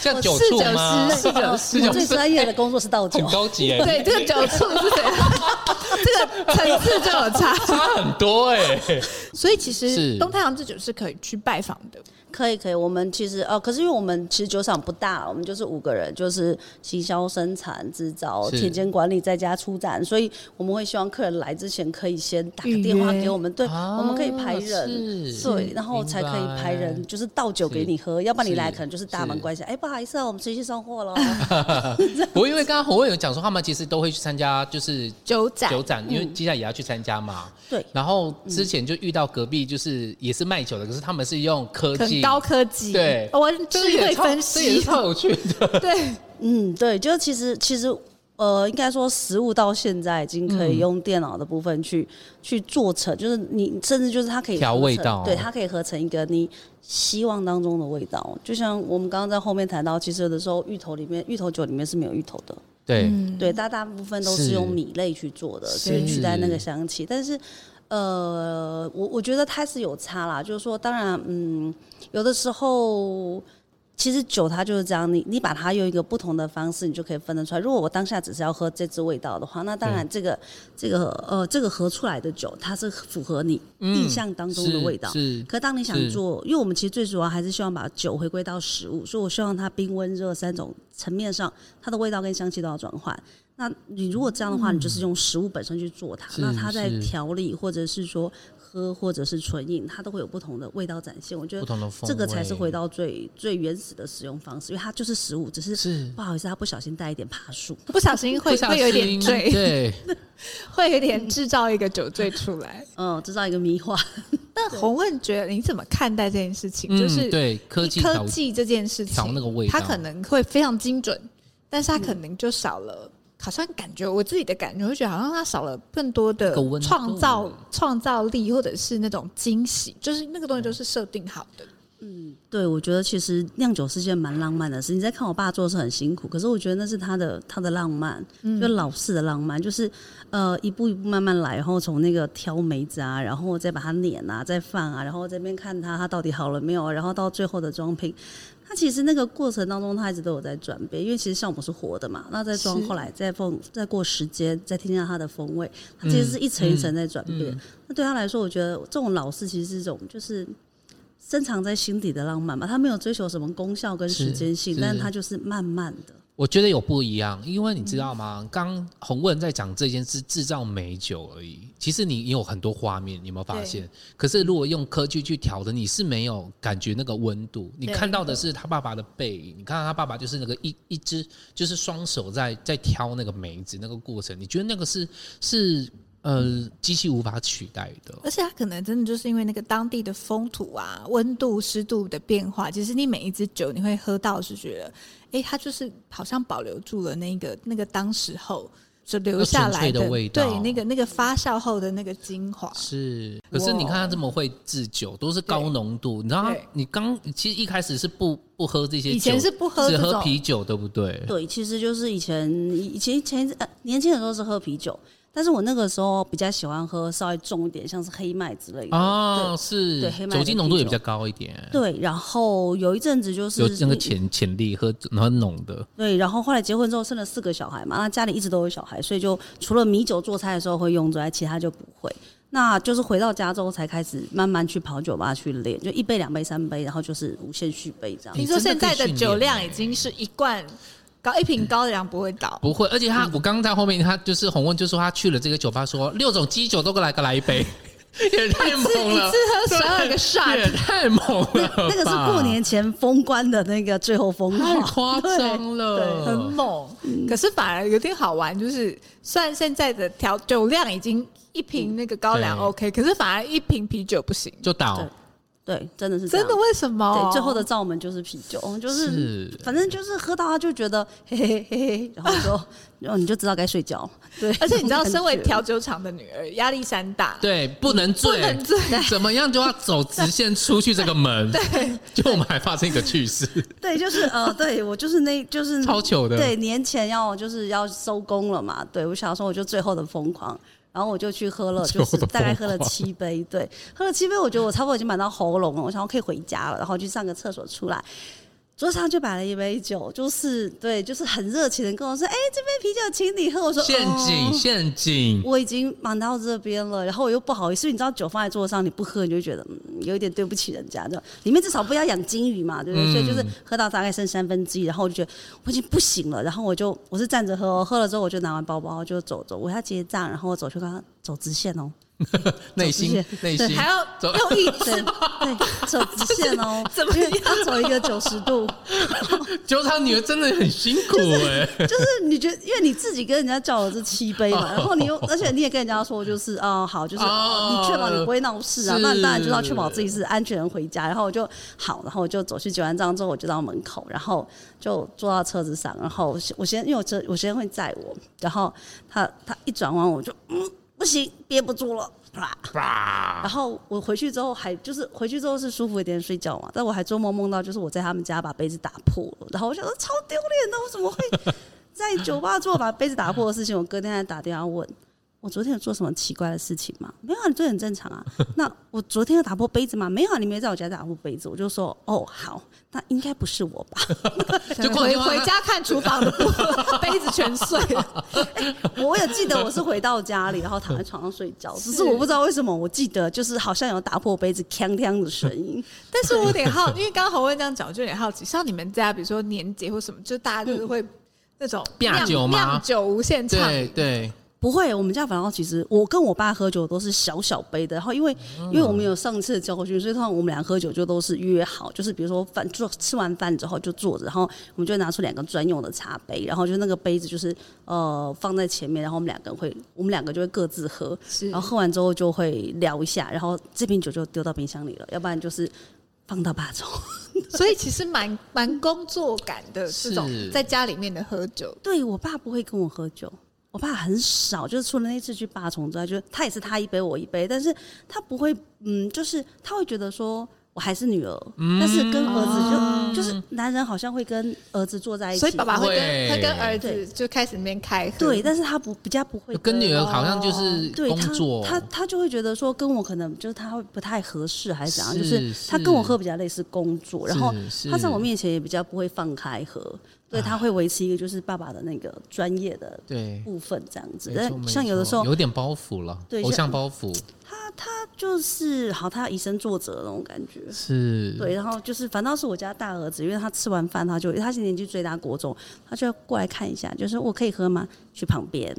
像酒侍醋酒吗？师侍酒师侍酒我最师专业的工作是倒酒哎很。高 级耶， 对，这个酒醋是谁？ 这个层次就有差，差很多哎。 所以其实是东太阳制酒是可以去拜访的。可以可以，我们其实呃，可是因为我们其实酒厂不大，我们就是五个人，就是行销、生产、制造、是田间管理，再加出展，所以我们会希望客人来之前可以先打个电话预约给我们，对，啊我们可以排人，是对，然后才可以排人明，白就是倒酒给你喝，要不然你来可能就是大门是关起来，哎，不好意思啊，我们随机 送货了。我因为刚刚侯卫有讲说，他们其实都会去参加，就是酒展嗯酒展，因为接下来也要去参加嘛。对然后之前就遇到隔壁，就是也是卖酒的，可是他们是用科很技高科技，哦对我智这也慧超分这也析是，超有趣 的。对，嗯，对，就其实其实呃，应该说食物到现在已经可以嗯用电脑的部分去、去做成，就是你甚至就是它可以调合味成道哦对，它可以合成一个你希望当中的味道。就像我们刚刚在后面谈到，其实有的时候芋头里面芋头酒里面是没有芋头的，对，嗯对，大大部分都是是用米类去做的，是去取代那个香气。但是，呃，我我觉得它是有差啦，就是说，当然，嗯，有的时候。其实酒它就是这样，你你把它用一个不同的方式，你就可以分得出来。如果我当下只是要喝这支味道的话，那当然这个这个呃这个合出来的酒，它是符合你印象当中的味道。嗯是可当你想是做，因为我们其实最主要还是希望把酒回归到食物，所以我希望它冰、温、热三种层面上，它的味道跟香气都要转换。那你如果这样的话，你就是用食物本身去做它，嗯是那它在是调理或者是说喝或者是纯饮，它都会有不同的味道展现。我觉不得同的风这个才是味回到最最原始的使用方式，因为它就是食物，只是是不好意思，它不小心带一点爬树。不小心会不小会有一点心醉，对，会有一点制造一个酒醉出来。嗯，制造一个迷幻。那洪问觉得你怎么看待这件事情？嗯 就是对科技科调技这件事情，调那个味道嗯它可能会非常精准，但是它可能就少了。好像感觉我自己的感觉，会觉得好像它少了更多的那个温度创造创造力，或者是那种惊喜，就是那个东西都是设定好嗯的。对，我觉得其实酿酒是件蛮浪漫的事。你在看我爸做是很辛苦，可是我觉得那是他的他的浪漫，就老式的浪漫，就是呃一步一步慢慢来，然后从那个挑梅子啊，然后再把它碾啊，再放啊，然后这边看它它到底好了没有，啊然后到最后的装瓶。它其实那个过程当中，它一直都有在转变，因为其实酵母是活的嘛，那再装是后来再放再过时间，再添加它的风味，它其实是一层一层在转嗯变。那对他来说，我觉得这种老式其实是一种就是深藏在心底的浪漫吧。他没有追求什么功效跟时间性，是但是他就是慢慢的。我觉得有不一样，因为你知道嗯吗？刚洪问在讲这件事制造美酒而已，其实你有很多画面，你有没有发现？可是如果用科技去调的，你是没有感觉那个温度，你对看到的是他爸爸的背影，你看到他爸爸就是那个一一只就是双手在在挑那个梅子那个过程，你觉得那个是是呃机器无法取代的。而且它可能真的就是因为那个当地的风土啊、温度、湿度的变化，其实你每一支酒你会喝到是觉得，哎、它就是好像保留住了那个那个当时候所留下来那纯粹的味道对那个那个发酵后的那个精华。是，可是你看他这么会制酒，都是高浓度。你知道他对，你刚其实一开始是不不喝这些酒，以前是不喝只这喝种啤酒，对不对？对，其实就是以前以前以前呃年轻的时候是喝啤酒，但是我那个时候比较喜欢喝稍微重一点，像是黑麦之类的。啊，是对黑麦的酒精浓度也比啤酒较高一点，对，然后有一阵子就是有那个潜潜力喝很浓的，对，然后后来结婚之后生了四个小孩嘛，那家里一直都有小孩，所以就除了米酒做菜的时候会用之外，其他就不会。那就是回到家之后才开始慢慢去跑酒吧去练，就一杯、两杯、三杯，然后就是无限续杯 这样。听你说真的现在的可以训练酒量欸已经是一罐高一瓶高的量不会倒，不会。而 嗯且他，我刚刚在后面，他就是红问就说他去了这个酒吧说，六种基酒都给来个来一杯，也 太一次猛了，一次喝12个 对 shot 也太猛了吧，那个是过年前封关的那个最后封太夸号，张了，很猛，可是反而有点好玩，就是虽然现在的调酒量已经一瓶那个高粱对 OK，可是反而一瓶啤酒不行，就倒对。对，真的是这真啊样的哦为什么？对，最后的罩门就是啤酒，就是是反正就是喝到他就觉得嘿嘿嘿嘿，然后就然后你就知道该睡觉。对，而且你知道，身为调调酒厂的女儿，压力山大。对，不能不醉，能醉怎么样就要走直线出去这个门。对，就我们还发生一个趣事，对，就是呃，对我就是那就是超糗的对，年前要就是要收工了嘛，对我小时候我就最后的疯狂。然后我就去喝了，最就是后的大概喝了疯狂七杯，对，喝了七杯，我觉得我差不多已经满到喉咙了，我想我可以回家了，然后去上个厕所出来，桌上就摆了一杯酒，就是对，就是很热情的跟我说，哎，这杯啤酒请你喝，我说陷阱，哦陷阱，我已经忙到这边了，然后我又不好意思，你知道酒放在桌上你不喝，你就觉得嗯有一点对不起人家，就里面至少不要养金鱼嘛，对不对？嗯所以就是喝到大概剩三分之一，然后我就觉得我已经不行了，然后我就我是站着喝、哦，喝了之后我就拿完包包就走走，我要结账，然后我走去跟他走直线哦，内心，内心还要走用意对志，对，走直线哦， 怎么因为要走一个九十度，酒厂女儿真的很辛苦哎、就是你觉得，因为你自己跟人家叫了这七杯嘛，然后你又，而且你也跟人家说，就是哦，好，就是、哦哦你确保你不会闹事啊是，那你当然就要确保自己是安全回家。然后我就好，然后我就走去结完账之后，我就到门口，然后就坐到车子上，然后我先因为我车我先会载我，然后他他一转弯我就嗯不行，憋不住了，啪。然吧，后我回去之后还就是回去之后是舒服一点睡觉嘛，但我还做梦梦到就是我在他们家把杯子打破了，然后我想说超丢脸的，我怎么会 在酒吧做把杯子打破的事情？我哥那天还打电话问我昨天有做什么奇怪的事情吗？没有、啊，这很正常啊。那我昨天有打破杯子吗？没有、啊，你没在我家打破杯子。我就说哦好，那应该不是我吧？ 就逛回街回家看厨房的 布杯子全碎了，我有记得我是回到家里，然后躺在床上睡觉，只是我不知道为什么，我记得就是好像有打破杯子锵锵的声音。但是我有点好，因为刚刚侯问这样讲，我就有点好奇，像你们家，比如说年节或什么，就大家就是会那种嗯酿酿酒吗酿酒无限畅，对对，不会，我们家反倒其实我跟我爸喝酒都是小小杯的，然后因为、因为我们有上次的教训，所以通常我们俩喝酒就都是约好，就是比如说饭坐吃完饭之后就坐着，然后我们就拿出两个专用的茶杯，然后就那个杯子就是呃放在前面，然后我们两个人会我们两个就会各自喝，是然后喝完之后就会聊一下，然后这瓶酒就丢到冰箱里了，要不然就是放到八中。所以其实蛮蛮工作感的是这种在家里面的喝酒，对我爸不会跟我喝酒，我爸很少，就是除了那次去八重之外，就是他也是他一杯我一杯，但是他不会，嗯，就是他会觉得说我还是女儿，嗯但是跟儿子就就是男人好像会跟儿子坐在一起，所以爸爸会跟会会跟儿子就开始那边开喝，对，但是他不比较不会跟女儿好像就是哦对工作，他他他就会觉得说跟我可能就是他会不太合适还是怎样，就是是他跟我喝比较类似工作，然后是他在我是面前也比较不会放开喝，对他会维持一个就是爸爸的那个专业的对，部分这样子。没错但像有的时候没错，有点包袱了，对偶像像包袱他他就是好，他以身作则的那种感觉。是，对，然后就是反倒是我家大儿子，因为他吃完饭他就他是年纪最大国中，他就要过来看一下，就说我可以喝吗？去 旁边，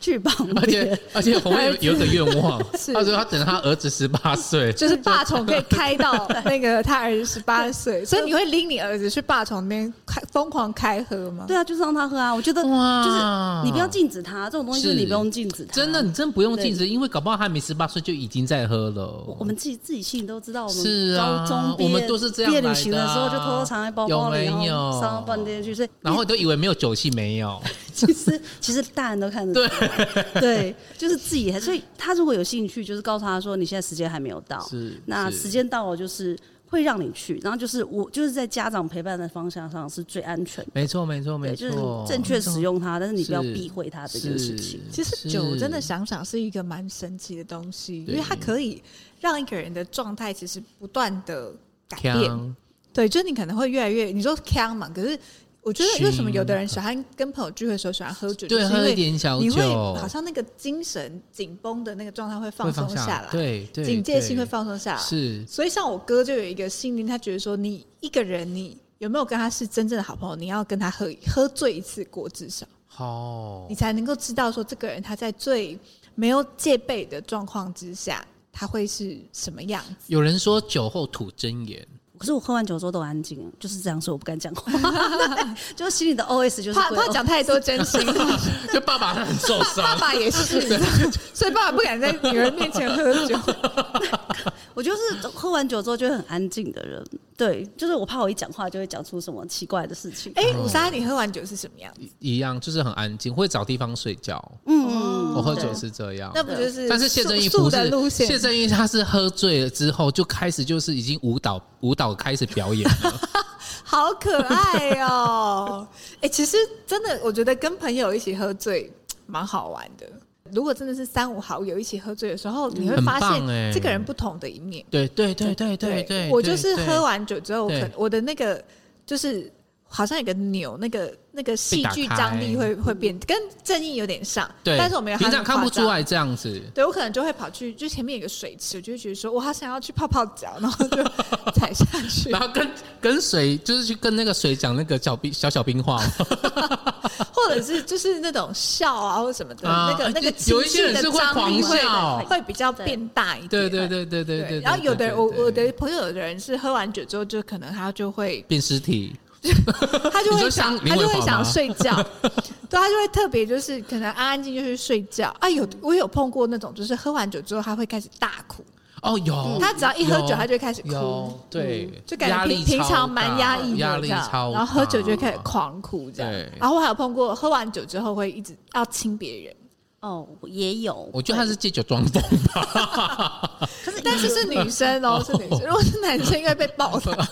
去旁而边且。而 且红卫有有一个愿望，是他说他等他儿子十八岁，就是霸宠可以开到那个他儿子十八 岁，所以你会拎你儿子去霸宠那边开疯狂开喝吗？对啊，就是让他喝啊！我觉得嗯哇就是你不要禁止他，这种东西就是是你不用禁止他。真的，，你真不用禁止，因为搞不好他还没十八岁就已经在喝了。我们自己自己心里都知道，我是们啊高中毕业我们都是这样毕业来旅行的的啊时候就偷偷藏在包包里，有然没有后上到饭店去，所以然后都以为没有酒气，没有，其实其实大人都看得到， 对就是自己，所以他如果有兴趣，就是告诉他说你现在时间还没有到，是那是时间到了就是会让你去，然后就是我就是在家长陪伴的方向上是最安全的，没错，没错，没对，就是错，正确使用它，但是你不要是避讳它这件事情。其实酒真的是想想是一个蛮神奇的东西，因为对它可以让一个人的状态其实不断的改变。强对，就是你可能会越来越，你说 can 嘛，可是我觉得为什么熏有的人喜欢跟朋友聚会的时候喜欢喝酒，就对，是喝一因为点小你会酒好像那个精神紧绷的那个状态会放会松放下来，对对，警戒心对会放松下来。是所以像我哥就有一个信念，他觉得说，你一个人你有没有跟他是真正的好朋友，你要跟他喝喝醉一次过，至少好你，才能够知道说这个人他在最没有戒备的状况之下，它会是什么样子？有人说酒后吐 真言，可是我喝完酒之后都安静了，啊就是这样，所以我不敢 讲话，就是心里的 OS 就是怕会哦怕讲太多真心话，就爸爸他很受爸伤。爸也是， 所以爸爸不敢在女儿面前喝酒。哦我就是喝完酒之后就会很安静的人，对，就是我怕我一讲话就会讲出什么奇怪的事情。哎、五莎，你喝完酒是什么样子？ 一样就是很安静，会找地方睡觉。嗯，我喝酒是这样，那不就是但是谢振义素不素的路是，线？谢振义他是喝醉了之后就开始就是已经舞蹈舞蹈开始 表演了，好可爱哦、 哎、其实真的，我觉得跟朋友一起喝醉蛮好玩的。如果真的是三五好友一起喝醉的时候，你会很发棒哎现这个人不同的一面。对对对对对对，我就是对喝完酒之后，我可对能我的那个就是好像有个钮，那个那个戏剧被打开张力会会变，跟正义有点像，对，但是我没有他平那常么看不夸张出。来这样子，对，我可能就会跑去，就前面有个水池，我就会觉得说，我好想要去泡泡脚，然 后就踩下去然，后跟跟水就是去跟那个水讲那个小冰小小冰话嘛，或者是就是那种笑啊或者什么的，啊那个那个有有一些人情绪的是会张力狂笑会会比较变大一点。对对对对对对。然后有的人，对我对我的朋友有的人是喝完酒之后，就可能他就会变尸体， 他就你会说想，像林他就伟会华想吗睡觉， 对，他就会特别就是可能安安静静就去睡觉啊。有我有碰过那种，就是喝完酒之后他会开始大哭，哦有，嗯他只要一喝酒有他就会开始有哭，嗯对，就感压觉力平平超常蛮大压抑的，压力这样超大，然后喝酒就会开始狂哭这样对。然后我还有碰过喝完酒之后会一直要亲别人，哦，也有，我觉得他是借酒装疯吧，但是是女生 哦，是女生。如果是男生，应该被爆了。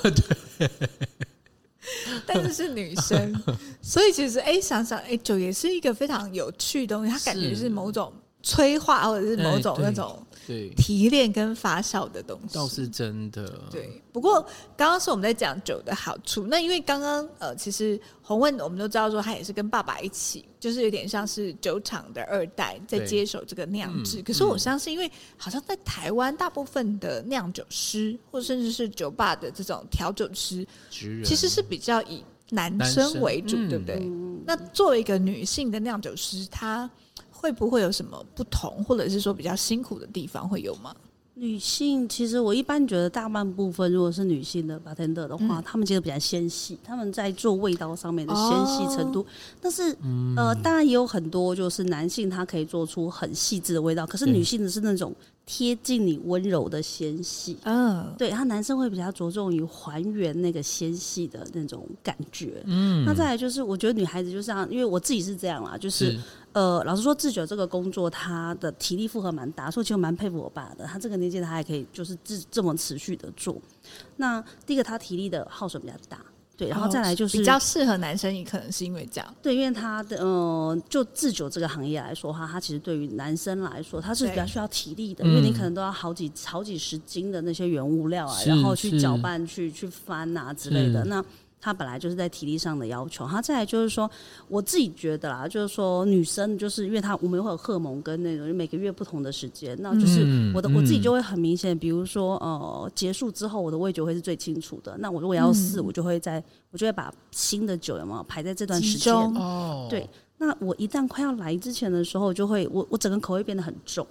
但是是女 生，所以其实哎、想想哎、酒也是一个非常有趣的东西，它感觉是是某种催化或者是某种哎对那种对，提炼跟发酵的东西倒。是真的，对，不过刚刚是我们在讲酒的好处，那因为刚刚呃，其实洪问我们都知道说他也是跟爸爸一起，就是有点像是酒厂的二代在对接手这个酿制。嗯可是我嗯相信，因为好像在台湾大部分的酿酒师，或甚至是酒吧的这种调酒师，直人其实是比较以男男生生为主，嗯对不对？嗯，那作为一个女性的酿酒师，她会不会有什么不同，或者是说比较辛苦的地方会有吗？女性其实我一般觉得大半部分如果是女性的 bartender 的嗯话，她们其实比较纤细，她们在做味道上面的纤细程哦度。但是、嗯呃，当然也有很多就是男性他可以做出很细致的味道，可是对女性的是那种贴近你温柔的纤细。嗯，对他男生会比较着重于还原那个纤细的那种感觉，嗯，那再来就是我觉得女孩子就是这样，因为我自己是这样啦，就是是呃，老实说，制酒这个工作，他的体力负荷蛮大，所以其实我蛮佩服我爸的。他这个年纪，他还可以就是这这么持续的做。那第一个，他体力的耗损比较大，对，然后再来就是、哦比较适合男生，也可能是因为这样。对，因为他的呃，就制酒这个行业来说哈，它其实对于男生来说，它是比较对需要体力的，因为嗯你可能都要好几好几十斤的那些原物料啊，是嗯然后去是搅拌、去去翻啊之类的。是那他本来就是在体力上的要求，他再来就是说，我自己觉得啦，就是说女生就是因为她我们会有荷尔蒙跟那种每个月不同的时间，那就是嗯我的、我自己嗯就会很明显，比如说呃结束之后我的味觉会是最清楚的，那我如果要试，嗯我就会在我就会把新的酒有没有排在这段时集间，中哦，对，那我一旦快要来之前的时候，就会我我整个口味变得很重。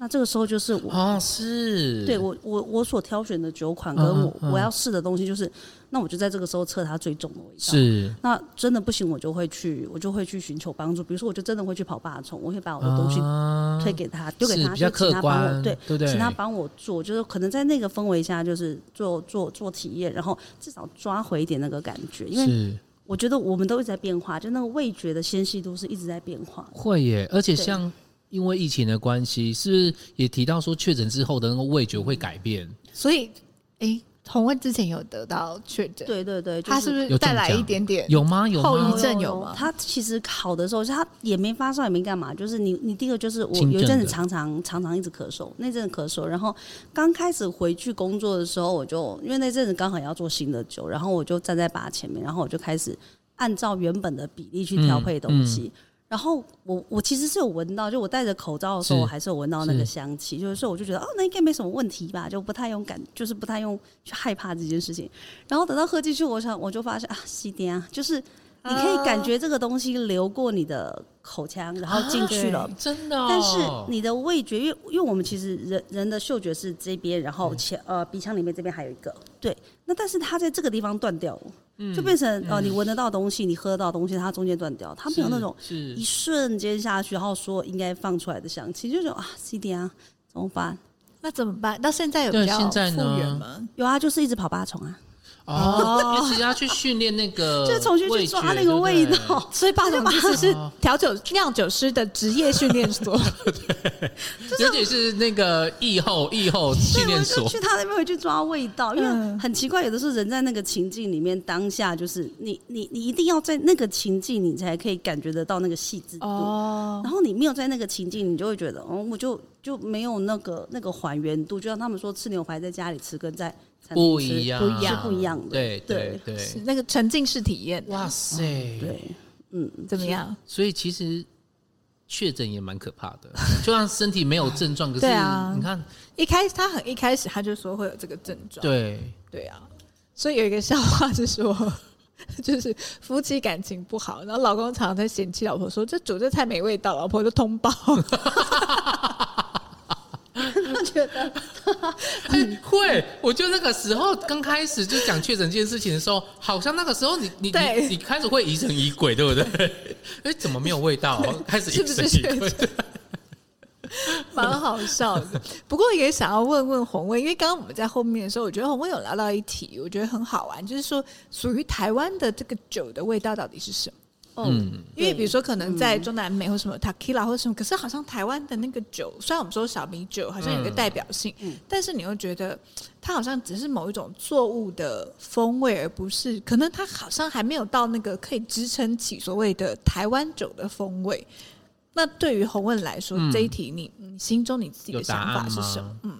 那这个时候就是我、哦是，对我我我所挑选的酒款跟我、嗯嗯我要试的东西，就是那我就在这个时候测它最重的味道。是那真的不行，我就会去我就会去寻求帮助。比如说，我就真的会去跑霸冲，我会把我的东西啊推给他，丢给是他，比较就请客他帮观，我对。对不对？请他帮我做，就是可能在那个氛围下，就是做做做体验，然后至少抓回一点那个感觉，因为是我觉得我们都一直在变化，就那个味觉的纤细度是一直在变化的。会耶，而且对像因为疫情的关系，是不是也提到说确诊之后的那个味觉会改变？所以，哎、同问之前有得到确诊，，对对对，就他是不有是中带来奖一点点？有吗？有吗？后遗有症有有哦有吗他其实好的时候，他也没发烧，也没干嘛，就是你你第一个就是我轻有一阵症的子常常常常一直咳嗽，那阵子咳嗽，然后刚开始回去工作的时候，我就因为那阵子刚好要做新的酒，然后我就站在把前面，然后我就开始按照原本的比例去调配东西。然后我我其实是有闻到，就我戴着口罩的时候，是我还是有闻到那是个香气，就是所以我就觉得哦，那应该没什么问题吧，就不太用感，就是不太用去害怕这件事情。然后等到喝进去，我想我就发现啊，西点啊，就是你可以感觉这个东西流过你的口腔，然后进去了。真的、哦。但是你的味觉，因为因为我们其实人人的嗅觉是这边，然嗯后前呃鼻腔里面这边还有一个，对。那但是它在这个地方断掉了，嗯就变成呃你闻得到东西，你喝得到东西，它中间断掉，它没有那种是一瞬间下去，然后说应该放出来的香气，就觉得啊一点啊怎么办？那怎么办？到现在有对比较现在复呢原吗？有啊，就是一直跑八重啊，哦，尤其要去训练那个呃味觉， 就重新去抓那个味对不对。道。所以霸总其实是哦调酒酿酒师的职业训练所， 尤其是那个疫后疫后训对，我练就所，去他那边回去抓味道，因为嗯很奇怪，有的时候人在那个情境里面，当下就是你你你一定要在那个情境，你才可以感觉得到那个细致度。 哦然后你没有在那个情境，你就会觉得，哦，我就就没有那个那个还原度。就像他们说，吃牛排在家里吃跟在餐厅不吃一样，不一样是不一样的对对对嗯是对，那个沉浸式体验，哇塞，对，嗯，怎么样？所以其实确诊也蛮可怕的，就算身体没有症状，可是对啊你看，一开始他很一开始他就说会有这个症状，对，对啊，所以有一个笑话是说， 就是夫妻感情不好，然后老公常常在嫌弃老婆说这煮这菜没味道，老婆就通 报。觉得哎、嗯 会，我觉得那个时候刚开始就讲确诊这件事情的时候，好像那个时候你你对你你开始会疑神疑鬼，对不对？ 哎，怎么没有味道？哦开始疑神疑是不鬼，蛮好笑的。不过也想要问问红卫，因为刚刚我们在后面的时候，我觉得红卫有聊到一题，我觉得很好玩，就是说属于台湾的这个酒的味道到底是什么？哦，嗯，因为比如说可能在中南美或什么 Takila 或什么，可是好像台湾的那个酒，虽然我们说小米酒好像有一个嗯代表性，但是你又觉得它好像只是某一种作物的风味，而不是可能它好像还没有到那个可以支撑起所谓的台湾酒的风味。那对于红问来说，嗯这一题你你心中你自己的有答想案法吗？是什么？嗯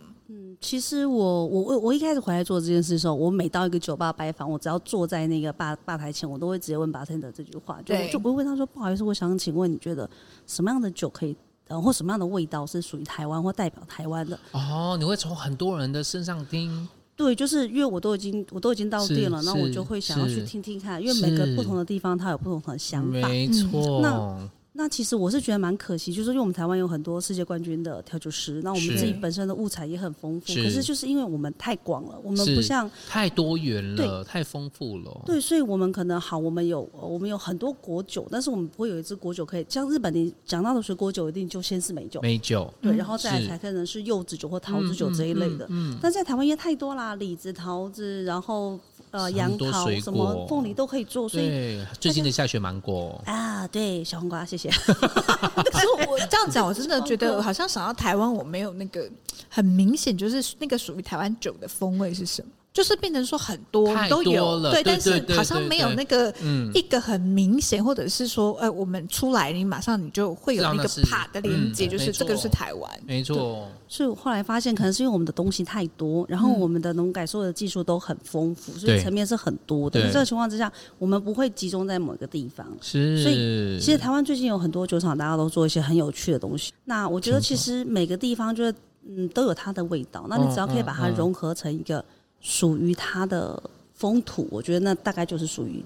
其实我我我我一开始回来做这件事的时候，我每到一个酒吧拜访，我只要坐在那个吧吧台前，我都会直接问 bartender 这句话，就对就不会问他说不好意思，我想请问你觉得什么样的酒可以，呃，或什么样的味道是属于台湾或代表台湾的？ 哦，你会从很多人的身上听，对，就是因为我都已经我都已经到是店了，那我是就会想要去是听听看，因为每个是不同的地方它有不同的想法。嗯没错，那那其实我是觉得蛮可惜，就是因为我们台湾有很多世界冠军的调酒师，那我们是自己本身的物产也很丰富，是可是就是因为我们太广了，我们是不像太多元了，太丰富了，对，所以我们可能好，我们有呃我们有很多国酒，但是我们不会有一支国酒可以像日本，你讲到的水果酒一定就先是美酒，美酒，对，然后再是嗯来才可能是柚子酒或嗯桃子酒这一类的。但在台湾因为太多啦，李子、桃子，然后呃很杨多桃水什果么凤梨都可以做，所以对，最近的下雪芒果，啊，对，小黄瓜，谢 谢。可是我这样讲，我真的觉 得好像想到台湾，我没有那个很明显，就是那个属于台湾酒的风味是什么？就是变成说很多太都多有，了对但是对对好像没有对那个嗯一个很明显，或者是说，呃，我们出来你马上你就会有知道那那个是啪的连接，嗯就是没这个错嗯是台湾，没错，所以我后来发现，可能是因为我们的东西太多，然后我们的农改所有的技术都很丰富，所嗯对以层面是很多的。对在这个情况之下，我们不会集中在某一个地方。是，所以其实台湾最近有很多酒厂，大家都做一些很有趣的东西。那我觉得其实每个地方就是嗯都有它的味道，那你只要可以把它嗯嗯嗯融合成一个属于它的风土，我觉得那大概就是属于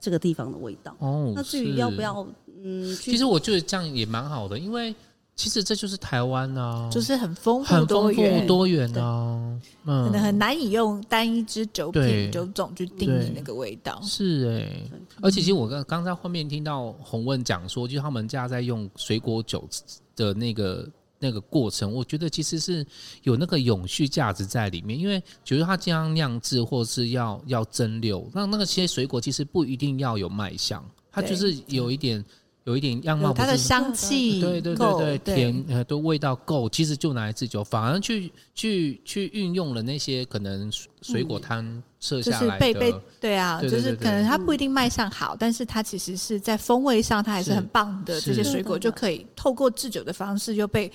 这个地方的味道。哦，那至是于要不，要嗯其去实我觉得这样也蛮好的，因为其实这就是台湾啊，就是很丰富很多丰富元，多元啊，可能嗯，很难以用单一支酒对品酒种去定义对那个味道。是哎、而且其实我刚刚在后面听到洪问讲说，就是他们家在用水果酒的那个。那个过程，我觉得其实是有那个永续价值在里面，因为比如说它这样酿制或是要要蒸馏，那那个些水果其实不一定要有卖相，它对就是有一点有一点样有貌不它是的那香么，气够，对对对对，甜呃的味道够，其实就拿来制酒，反而去去去运用了那些可能水水果摊设嗯就下是来被被的，对啊，对就对是对可对能它不一定卖相好，但是它其实是在风味上它还是是很棒的。这是些水果就可以透过制酒的方式又被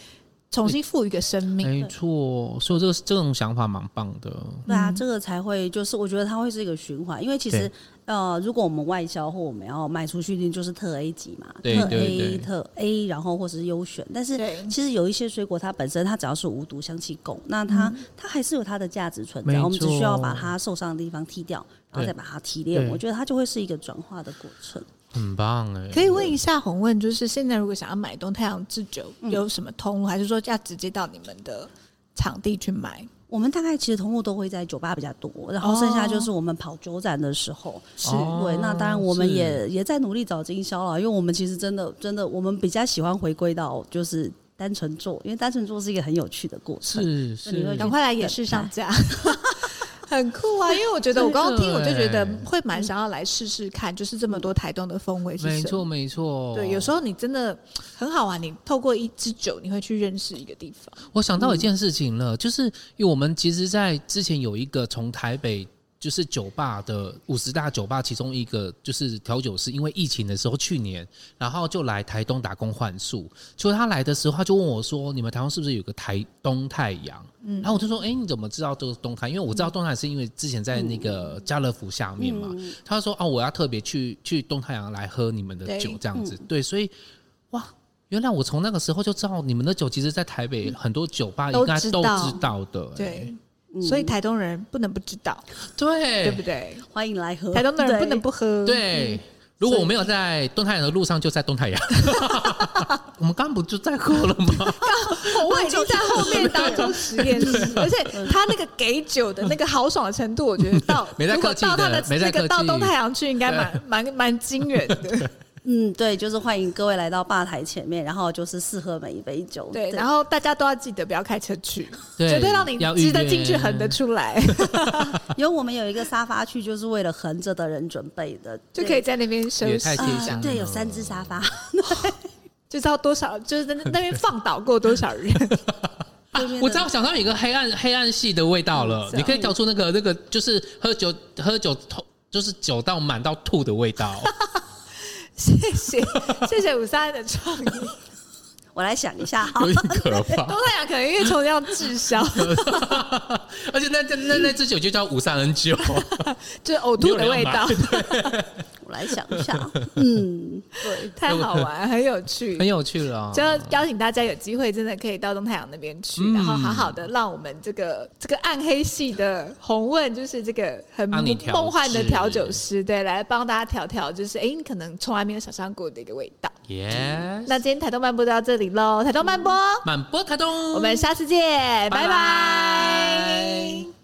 重新赋予一个生命。没错，所以这个这种想法蛮棒的，对啊，这个才会就是我觉得它会是一个循环，因为其实对呃，如果我们外销或我们要卖出去，一定就是特 A 级嘛，对特对对 A 特 A，然后或者是优选。但是对其实有一些水果，它本身它只要是无毒香气够，那它、它还是有它的价值存嗯没在，错我们只需要把它受伤的地方剃掉，然后对再把它提炼，对我觉得它就会是一个转化的过程。很棒哎、可以问一下红问，就是现在如果想要买东太阳制酒，有什么通路，还是说要直接到你们的场地去买？我们大概其实同路都会在酒吧比较多，然后剩下就是我们跑酒展的时候。是哦对，那当然我们是也也在努力找经销了，因为我们其实真的真的我们比较喜欢回归到就是单纯做，因为单纯做是一个很有趣的过程。是那你会是觉赶快来也是上架， 很酷啊！因为我觉得我刚刚听，我就觉得会蛮想要来试试看，就是这么多台东的风味是没什么。错没错，对，有时候你真的很好玩，你透过一支酒，你会去认识一个地方。我想到一件事情了，就是因为我们其实，在之前有一个从台北就是酒吧的五十大酒吧，其中一个就是调酒师，因为疫情的时候去年，然后就来台东打工换宿。就他来的时候，他就问我说：“你们台东是不是有个台东太阳？”然后我就说：“哎、你怎么知道这个东太？因为我知道东太是因为之前在那个家乐福下面嘛。他说：“哦，我要特别去去东太阳来喝你们的对酒，这样子。对，所以哇，原来我从那个时候就知道你们的酒，其实在台北很多酒吧应该嗯都都知道知道的、欸对，所以台东人不能不知道，对嗯不对对？欢迎来喝，台东的人对不能不喝。，对。如果我没有在东太阳的路上，就在东太阳。 我们刚刚不就在喝了 吗？红味已经在后面当做实验 室，而且他那个给酒的那个豪爽的程度，我觉得到 没在如果客气的到他的没在那客个气到东太阳去，应该蛮蛮蛮惊人的。嗯，对，就是欢迎各位来到吧台前面，然后就是试喝每一杯酒。对，然后大家都要记得不要开车去，对绝对让你要预记得约进去横得出来，因为我们有一个沙发区，就是为了横着的人准备的，啊就可以在那边休也息太贴一心下了。对，有三只沙啊发，就知道多少，就是在那那边放倒过多少人。啊对面的我知道，我想到有一个黑暗黑暗系的味道了。啊你可以调出那个那个，就是喝酒喝酒吐，就是酒到满到吐的 味道。谢谢谢谢五三的创 意，我来想一下哈有。点可怕 东。太阳可能因为从这样滞销， 而且那那那那支酒就叫五三 N 九，就是呕吐的味道没，我来想一下，嗯，对， 太好玩，很有趣很。有趣了啊。就邀请大家有机会真的可以到东太阳那边去，嗯然后好好的让我们这个这个暗黑系的红问，就是这个很帮你调梦幻的制调酒师，对，来帮大家调调，就是哎、诶你可能从来没有想象过的一个味道。耶，那今天台东漫播就到这里喽，嗯台东漫播，满播台东，我们下次见，拜拜拜拜